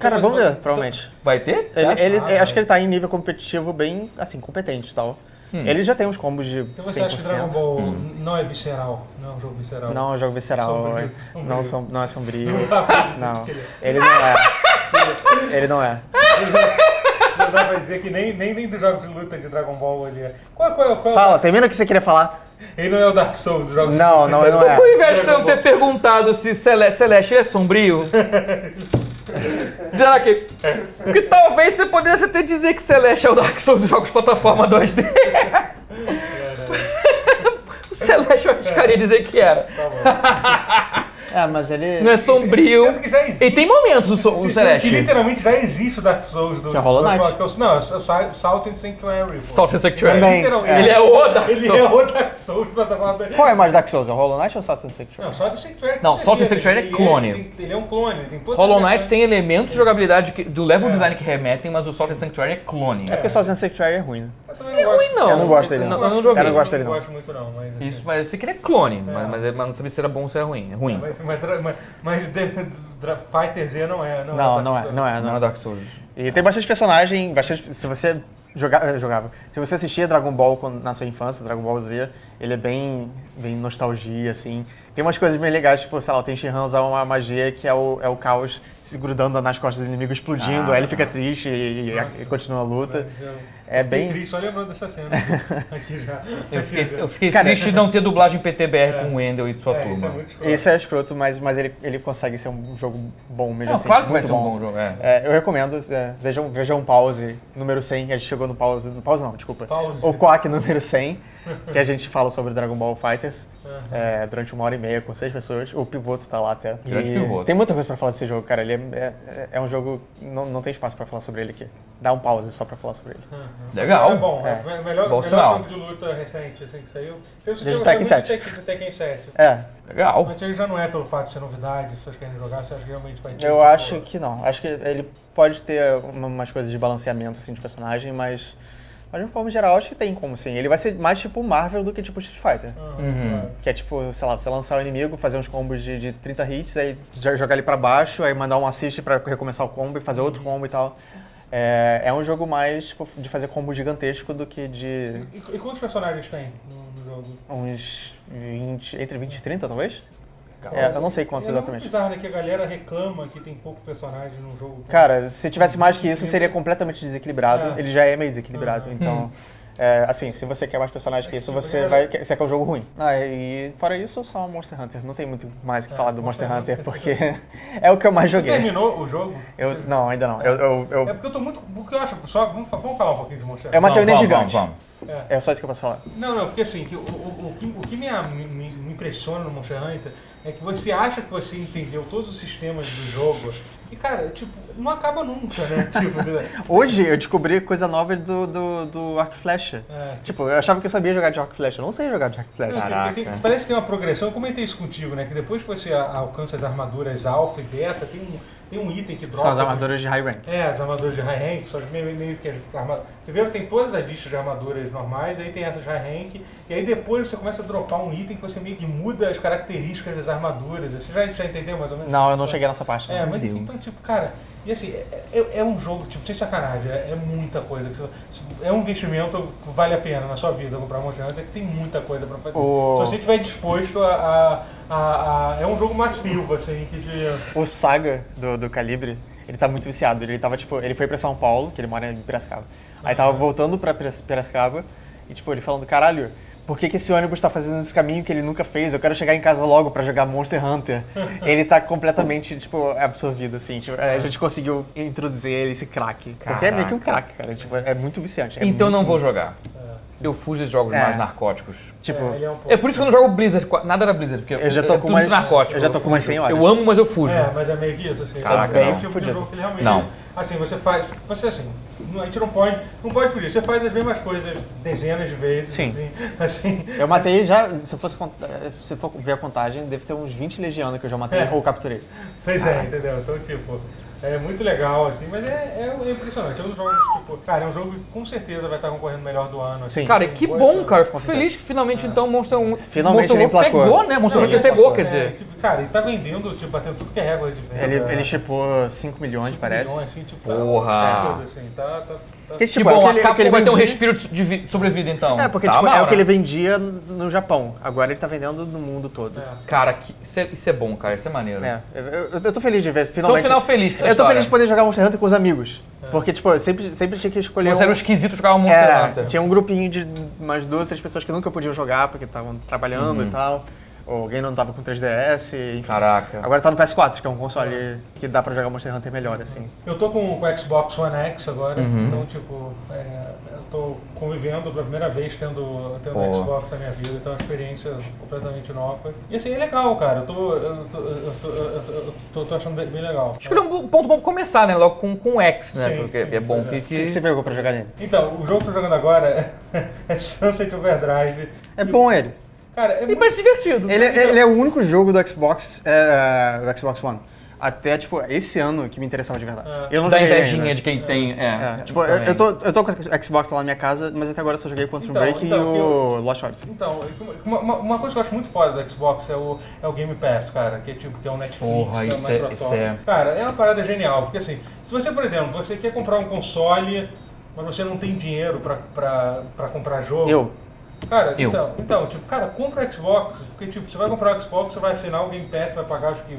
[SPEAKER 3] Cara, vamos
[SPEAKER 1] então
[SPEAKER 3] ver, provavelmente.
[SPEAKER 2] Vai ter? Você
[SPEAKER 3] Ele, é
[SPEAKER 2] acha?
[SPEAKER 3] ele-
[SPEAKER 1] Ah,
[SPEAKER 3] acho que ele tá em nível competitivo bem, assim, competente e tal.
[SPEAKER 2] Hum.
[SPEAKER 3] Ele já tem uns combos de
[SPEAKER 1] Então você acha que Dragon
[SPEAKER 3] 100%.
[SPEAKER 1] Ball não é visceral? Não é um jogo visceral?
[SPEAKER 3] Não, é um jogo visceral.
[SPEAKER 1] Sombrio,
[SPEAKER 3] é-
[SPEAKER 1] sombrio.
[SPEAKER 3] Não, som- não é sombrio.
[SPEAKER 1] dá pra dizer
[SPEAKER 3] Não,
[SPEAKER 1] que ele
[SPEAKER 3] ele não é. Ele não é.
[SPEAKER 1] Não dá pra dizer que nem, nem, nem dos jogos de luta de Dragon Ball ele é. Qual, qual, qual,
[SPEAKER 3] Fala, termina o que você queria falar.
[SPEAKER 1] Ele não é o Dark Souls dos jogos
[SPEAKER 3] Não,
[SPEAKER 1] de
[SPEAKER 3] não,
[SPEAKER 1] luta.
[SPEAKER 3] ele não é.
[SPEAKER 2] Ao invés de você não ter perguntado se Celeste, Celeste ele é sombrio. Será que. Porque talvez você pudesse até dizer que Celeste é o Dark Souls dos jogos de plataforma 2D. o Celeste eu arriscaria dizer que era.
[SPEAKER 3] É, mas ele.
[SPEAKER 2] Não é sombrio.
[SPEAKER 1] Sendo que já existe.
[SPEAKER 2] E tem momentos o, so- o
[SPEAKER 1] Sim, sim, Que
[SPEAKER 2] Celeste.
[SPEAKER 1] literalmente já existe o Dark Souls do.
[SPEAKER 3] Que é Hollow
[SPEAKER 1] do-
[SPEAKER 3] Knight.
[SPEAKER 1] que é o- Não, é o Sa- Salt and Sanctuary. pô.
[SPEAKER 2] Salt and Sanctuary.
[SPEAKER 3] Também.
[SPEAKER 1] Literalmente.
[SPEAKER 2] Ele é o Dark
[SPEAKER 1] Ele
[SPEAKER 2] Souls.
[SPEAKER 1] é o Dark Souls da da-
[SPEAKER 3] Qual é mais Dark Souls? É o Hollow Knight ou Saturn Sexual?
[SPEAKER 1] Não, Salt and Sanctuary.
[SPEAKER 2] Não,
[SPEAKER 1] seria,
[SPEAKER 2] Salt and Sanctuary é
[SPEAKER 1] ele- ele-
[SPEAKER 2] clone.
[SPEAKER 1] Ele, tem- ele é um clone. Ele tem né? toda
[SPEAKER 2] Hollow
[SPEAKER 1] a-
[SPEAKER 2] Knight tem elementos de jogabilidade que- do level design que remetem, mas o Salt and Sanctuary é clone.
[SPEAKER 3] É porque Saturn Sanctuary é ruim, né?
[SPEAKER 1] Eu também
[SPEAKER 2] Isso é ruim, não.
[SPEAKER 3] Eu não gosto dele, não.
[SPEAKER 2] Eu não
[SPEAKER 1] gosto-
[SPEAKER 2] joguei.
[SPEAKER 3] Eu não gosto dele, não.
[SPEAKER 1] gosto muito, não. Mas, assim,
[SPEAKER 2] Isso, mas eu sei que ele é clone, mas, mas, mas não sabia se era bom ou se era ruim. É ruim.
[SPEAKER 1] Mas, mas, dra- mas, mas Dra- Dra- Fighter Z não é. Não,
[SPEAKER 3] Não,
[SPEAKER 1] é,
[SPEAKER 3] não é, não é, não
[SPEAKER 2] Não
[SPEAKER 3] é.
[SPEAKER 2] é Dark Souls.
[SPEAKER 3] E tem bastante personagem, bastante. Se você joga, eh, jogava. Se você assistia Dragon Ball quando- na sua infância, Dragon Ball Z, ele é bem, bem nostalgia, assim. Tem umas coisas bem legais, tipo, sei lá, tem Shinran usar uma magia que é o, é o caos se grudando nas costas do inimigo, explodindo,
[SPEAKER 2] Ah.
[SPEAKER 3] aí ele fica triste e, e- e continua a luta.
[SPEAKER 1] Eu-
[SPEAKER 3] É
[SPEAKER 1] fiquei
[SPEAKER 3] bem.
[SPEAKER 1] triste só lembrando dessa cena. Aqui já.
[SPEAKER 2] Eu fiquei, eu fiquei
[SPEAKER 3] Cara,
[SPEAKER 2] triste de não ter dublagem PTBR com o Wendel e sua
[SPEAKER 1] é, isso é
[SPEAKER 2] turma.
[SPEAKER 1] muito escroto.
[SPEAKER 3] Isso é escroto, mas, mas ele, ele consegue ser um jogo bom mesmo.
[SPEAKER 2] Não,
[SPEAKER 3] assim,
[SPEAKER 2] claro que vai
[SPEAKER 3] muito
[SPEAKER 2] ser um bom jogo. É.
[SPEAKER 3] É, eu recomendo, é, vejam, vejam Pause número 100, a gente chegou no Pause, no Pause não, desculpa.
[SPEAKER 1] Pause.
[SPEAKER 3] O Quack número 100, que a gente fala sobre Dragon Ball Fighters
[SPEAKER 1] Aham.
[SPEAKER 3] é, durante uma hora e meia com seis pessoas. O Pivoto tá lá até.
[SPEAKER 2] Grande
[SPEAKER 3] E
[SPEAKER 2] Pivoto.
[SPEAKER 3] Tem muita coisa pra falar desse jogo, cara. Ele é, é- é um jogo, não, não tem espaço pra falar sobre ele aqui. Dá um pause só pra falar sobre ele.
[SPEAKER 2] Legal.
[SPEAKER 1] É bom,
[SPEAKER 3] É.
[SPEAKER 1] é. me- melhor,
[SPEAKER 2] Bom
[SPEAKER 1] melhor
[SPEAKER 2] sinal.
[SPEAKER 1] jogo de luta recente assim que saiu. Penso
[SPEAKER 3] Desde
[SPEAKER 1] eu
[SPEAKER 3] o
[SPEAKER 1] gostei
[SPEAKER 3] Tekken
[SPEAKER 1] muito
[SPEAKER 3] 7.
[SPEAKER 1] do Tekken- do Tekken 7.
[SPEAKER 3] É,
[SPEAKER 2] Legal.
[SPEAKER 1] Mas aí já não é pelo fato de ser novidade, as pessoas querem jogar, você acha que realmente vai ter.
[SPEAKER 3] eu
[SPEAKER 1] tipo,
[SPEAKER 3] acho que não. Acho que ele pode ter uma- umas coisas de balanceamento, assim, de personagem, mas... Mas de uma forma geral, acho que tem como, sim. Ele vai ser mais tipo Marvel do que tipo Street Fighter.
[SPEAKER 1] ah,
[SPEAKER 2] Uhum.
[SPEAKER 3] Que é tipo, sei lá, você lançar o inimigo, fazer uns combos de, de 30 hits, aí jo- jogar ele pra baixo, aí mandar um assist pra recomeçar o combo e fazer outro
[SPEAKER 1] Uhum.
[SPEAKER 3] combo e tal. É, é um jogo mais tipo, de fazer combo gigantesco do que de
[SPEAKER 1] E, e quantos personagens tem no, no jogo?
[SPEAKER 3] uns 20, entre 20 e 30 talvez?
[SPEAKER 2] Legal.
[SPEAKER 3] É, eu não sei quantos
[SPEAKER 1] E é muito
[SPEAKER 3] exatamente.
[SPEAKER 1] bizarro, né, que a galera reclama que tem pouco personagem no jogo.
[SPEAKER 3] Cara, se tivesse mais que isso, seria completamente desequilibrado.
[SPEAKER 1] Uhum. É.
[SPEAKER 3] Ele já é meio desequilibrado,
[SPEAKER 1] Uhum. É tipo,
[SPEAKER 3] então... é, assim, se você quer mais personagens que isso, você vai quer- você quer um jogo ruim. Ah, e fora isso, só Monster Hunter. Não tem muito mais o que
[SPEAKER 1] É,
[SPEAKER 3] falar do
[SPEAKER 1] Monster
[SPEAKER 3] Monster Hunter,
[SPEAKER 1] Hunter.
[SPEAKER 3] porque é o que eu mais
[SPEAKER 1] Você
[SPEAKER 3] joguei.
[SPEAKER 1] terminou o jogo?
[SPEAKER 3] Eu, não, ainda não. Eu, eu,
[SPEAKER 1] É
[SPEAKER 3] eu-
[SPEAKER 1] porque eu tô muito. Porque eu acho. Só, vamos, fa- vamos falar um pouquinho de Monster
[SPEAKER 3] É uma
[SPEAKER 2] Vamos,
[SPEAKER 3] teoria
[SPEAKER 2] vamos,
[SPEAKER 3] gigante.
[SPEAKER 2] vamos, vamos.
[SPEAKER 1] É.
[SPEAKER 3] é só isso que eu posso falar.
[SPEAKER 1] Não, não, porque assim, que o, o- o que, o que me, me- me impressiona no Monster Hunter é que você acha que você entendeu todos os sistemas do jogo e, cara, tipo, não acaba nunca, né? Tipo, né?
[SPEAKER 3] Hoje eu descobri coisa nova do, do, do Arc Flecha.
[SPEAKER 1] É.
[SPEAKER 3] Tipo, eu achava que eu sabia jogar de Arc Flecha. Eu não sei jogar de Arc Flecha.
[SPEAKER 2] Caraca.
[SPEAKER 1] Tem- tem- parece que tem uma progressão, eu comentei isso contigo, né? Que depois que você a- alcança as armaduras alfa e beta, tem um, tem um item que dropa.
[SPEAKER 3] São as armaduras de high rank.
[SPEAKER 1] É, as armaduras de high rank, são as meio, meio que as armaduras. Primeiro tem todas as listas de armaduras normais, aí tem essas high rank, e aí depois você começa a dropar um item que você meio que muda as características das armaduras. assim. Você já, já entendeu mais ou menos?
[SPEAKER 3] Não, eu não cheguei nessa parte.
[SPEAKER 1] É,
[SPEAKER 3] não.
[SPEAKER 1] mas enfim,
[SPEAKER 2] Deus.
[SPEAKER 1] então, tipo, cara, e assim, é, é- é um jogo, tipo, sem sacanagem, é, é muita coisa. que você- É um investimento que vale a pena na sua vida comprar Monster Hunter, que tem muita coisa pra fazer.
[SPEAKER 3] O-
[SPEAKER 1] Se você estiver disposto a, a- a- a- É um jogo massivo, assim, que de.
[SPEAKER 3] O Saga do, do Calibre, ele tá muito viciado. Ele tava, tipo, ele foi pra São Paulo, que ele mora em Piracicaba. Aí tava voltando pra Pira- Piracicaba e, tipo, ele falando, caralho, por que, que esse ônibus tá fazendo esse caminho que ele nunca fez? Eu quero chegar em casa logo pra jogar Monster Hunter. ele tá completamente, tipo, absorvido, assim. Tipo, a gente conseguiu introduzir ele, esse craque. Porque é meio que um craque, cara. Tipo, é muito viciante. é
[SPEAKER 2] Então
[SPEAKER 3] muito-
[SPEAKER 2] não vou jogar. Eu fujo dos jogos
[SPEAKER 3] É.
[SPEAKER 2] mais narcóticos.
[SPEAKER 3] Tipo,
[SPEAKER 1] é, ele é um pouco.
[SPEAKER 2] É por isso que eu não jogo Blizzard, qua- nada da Blizzard, porque
[SPEAKER 3] eu já
[SPEAKER 2] é
[SPEAKER 3] tô com
[SPEAKER 2] tudo
[SPEAKER 3] mais...
[SPEAKER 2] narcótico.
[SPEAKER 3] Eu já tô com umas
[SPEAKER 2] fujo.
[SPEAKER 3] 100 horas.
[SPEAKER 2] Eu amo, mas eu fujo.
[SPEAKER 1] É, mas é meio que isso, assim.
[SPEAKER 2] Caraca,
[SPEAKER 1] é o
[SPEAKER 3] não.
[SPEAKER 1] tipo de
[SPEAKER 3] Fudido.
[SPEAKER 1] jogo que ele realmente.
[SPEAKER 2] Não.
[SPEAKER 1] Assim, você faz. Você assim. não- A gente não pode. Não pode fugir. Você faz as mesmas coisas dezenas de vezes.
[SPEAKER 3] Sim.
[SPEAKER 1] Assim. assim
[SPEAKER 3] Eu matei já, se eu fosse cont- se eu for ver a contagem, deve ter uns 20 legianos que eu já matei
[SPEAKER 1] É.
[SPEAKER 3] ou capturei.
[SPEAKER 1] Pois
[SPEAKER 3] Ah.
[SPEAKER 1] é, entendeu? Então, tipo, é muito legal, assim, mas é, é- é impressionante. É um jogo, tipo, cara, é um jogo que com certeza vai estar concorrendo melhor do ano. assim.
[SPEAKER 3] Sim.
[SPEAKER 2] Cara, que
[SPEAKER 1] Boa
[SPEAKER 2] bom,
[SPEAKER 1] chance.
[SPEAKER 2] cara. Fico feliz que finalmente, então, Monster 1...
[SPEAKER 3] Finalmente
[SPEAKER 2] Monster
[SPEAKER 3] ele
[SPEAKER 2] Hunter
[SPEAKER 3] emplacou.
[SPEAKER 2] pegou, né? Monster
[SPEAKER 1] Não,
[SPEAKER 2] Hunter
[SPEAKER 1] ele
[SPEAKER 2] pegou,
[SPEAKER 1] tá-
[SPEAKER 2] quer
[SPEAKER 1] é,
[SPEAKER 2] dizer.
[SPEAKER 1] tipo, cara, ele tá vendendo, tipo, batendo tudo que é recorde de venda.
[SPEAKER 3] Ele, ele chipou 5 milhões, parece.
[SPEAKER 1] Milhões, assim, tipo,
[SPEAKER 2] Porra.
[SPEAKER 1] Tá, tudo, assim, tá, tá, tá-
[SPEAKER 3] Que,
[SPEAKER 2] Que
[SPEAKER 3] tipo,
[SPEAKER 2] bom,
[SPEAKER 3] é o
[SPEAKER 2] a
[SPEAKER 3] que ele, é o que
[SPEAKER 2] Capcom
[SPEAKER 3] ele
[SPEAKER 2] vai ter um
[SPEAKER 3] vendia-
[SPEAKER 2] respiro de vi- sobrevida, então.
[SPEAKER 3] É, porque
[SPEAKER 2] Tá
[SPEAKER 3] tipo,
[SPEAKER 2] uma
[SPEAKER 3] é o
[SPEAKER 2] hora.
[SPEAKER 3] que ele vendia no Japão. Agora ele tá vendendo no mundo todo.
[SPEAKER 1] é.
[SPEAKER 2] Cara, que- isso, é, isso é bom, cara. Isso é maneiro.
[SPEAKER 3] É, eu, eu- eu tô feliz de ver,
[SPEAKER 2] Só um
[SPEAKER 3] finalmente.
[SPEAKER 2] final feliz pra
[SPEAKER 3] eu tô
[SPEAKER 2] história.
[SPEAKER 3] feliz de poder jogar Monster Hunter com os amigos.
[SPEAKER 1] É.
[SPEAKER 3] Porque, tipo, eu sempre, sempre tinha que escolher.
[SPEAKER 2] Você era um esquisito jogar um Monster
[SPEAKER 3] é,
[SPEAKER 2] Hunter.
[SPEAKER 3] tinha um grupinho de umas duas, três pessoas que nunca podiam jogar porque estavam trabalhando
[SPEAKER 2] Uhum.
[SPEAKER 3] e tal. Ou alguém não tava com 3DS, enfim.
[SPEAKER 2] Caraca.
[SPEAKER 3] um Agora tá no PS4, que é um console que dá pra jogar Monster Hunter melhor, assim.
[SPEAKER 1] Eu tô com o Xbox One X agora, então, tipo, é, eu tô convivendo pela primeira vez tendo, tendo
[SPEAKER 2] Pô.
[SPEAKER 1] Xbox na minha vida, então é uma experiência completamente nova. E assim, é legal, cara, eu tô, eu tô, eu tô, eu tô, eu tô- tô achando bem legal.
[SPEAKER 2] Acho que ele é um ponto bom pra começar, né? Logo com, com o X, né?
[SPEAKER 1] Sim,
[SPEAKER 2] Porque
[SPEAKER 1] sim,
[SPEAKER 2] é bom
[SPEAKER 1] pois é.
[SPEAKER 2] que...
[SPEAKER 3] O que, que você pegou pra jogar nele?
[SPEAKER 1] Então, o jogo que eu tô jogando agora é Sunset Overdrive.
[SPEAKER 3] É bom ele.
[SPEAKER 1] Cara, é
[SPEAKER 2] E
[SPEAKER 1] muito...
[SPEAKER 2] parece divertido.
[SPEAKER 3] Ele, ele é o único jogo do Xbox, é, do Xbox One. até, tipo, esse ano que me interessava de verdade.
[SPEAKER 1] É.
[SPEAKER 3] Eu não
[SPEAKER 2] Dá
[SPEAKER 3] joguei ele
[SPEAKER 2] invejinha
[SPEAKER 3] ainda.
[SPEAKER 2] de quem tem. É,
[SPEAKER 3] né? É, tipo, eu,
[SPEAKER 2] também.
[SPEAKER 3] eu tô, eu tô com o Xbox lá na minha casa, mas até agora eu só joguei Quantum
[SPEAKER 1] Então,
[SPEAKER 3] Break
[SPEAKER 1] então,
[SPEAKER 3] e
[SPEAKER 1] que
[SPEAKER 3] o Lost Odyssey.
[SPEAKER 1] Então, uma, uma- uma coisa que eu acho muito foda do Xbox é o, é o Game Pass, cara, que é tipo, que é o Netflix,
[SPEAKER 2] Porra,
[SPEAKER 1] que é o
[SPEAKER 2] isso é-
[SPEAKER 1] Microsoft.
[SPEAKER 2] isso é-
[SPEAKER 1] Cara, é uma parada genial, porque assim, se você, por exemplo, você quer comprar um console, mas você não tem dinheiro pra, pra, pra comprar jogo.
[SPEAKER 3] Eu,
[SPEAKER 1] Cara,
[SPEAKER 2] Eu.
[SPEAKER 1] então, então, tipo, cara, compra o Xbox, porque tipo, você vai comprar o Xbox, você vai assinar o Game Pass, vai pagar acho que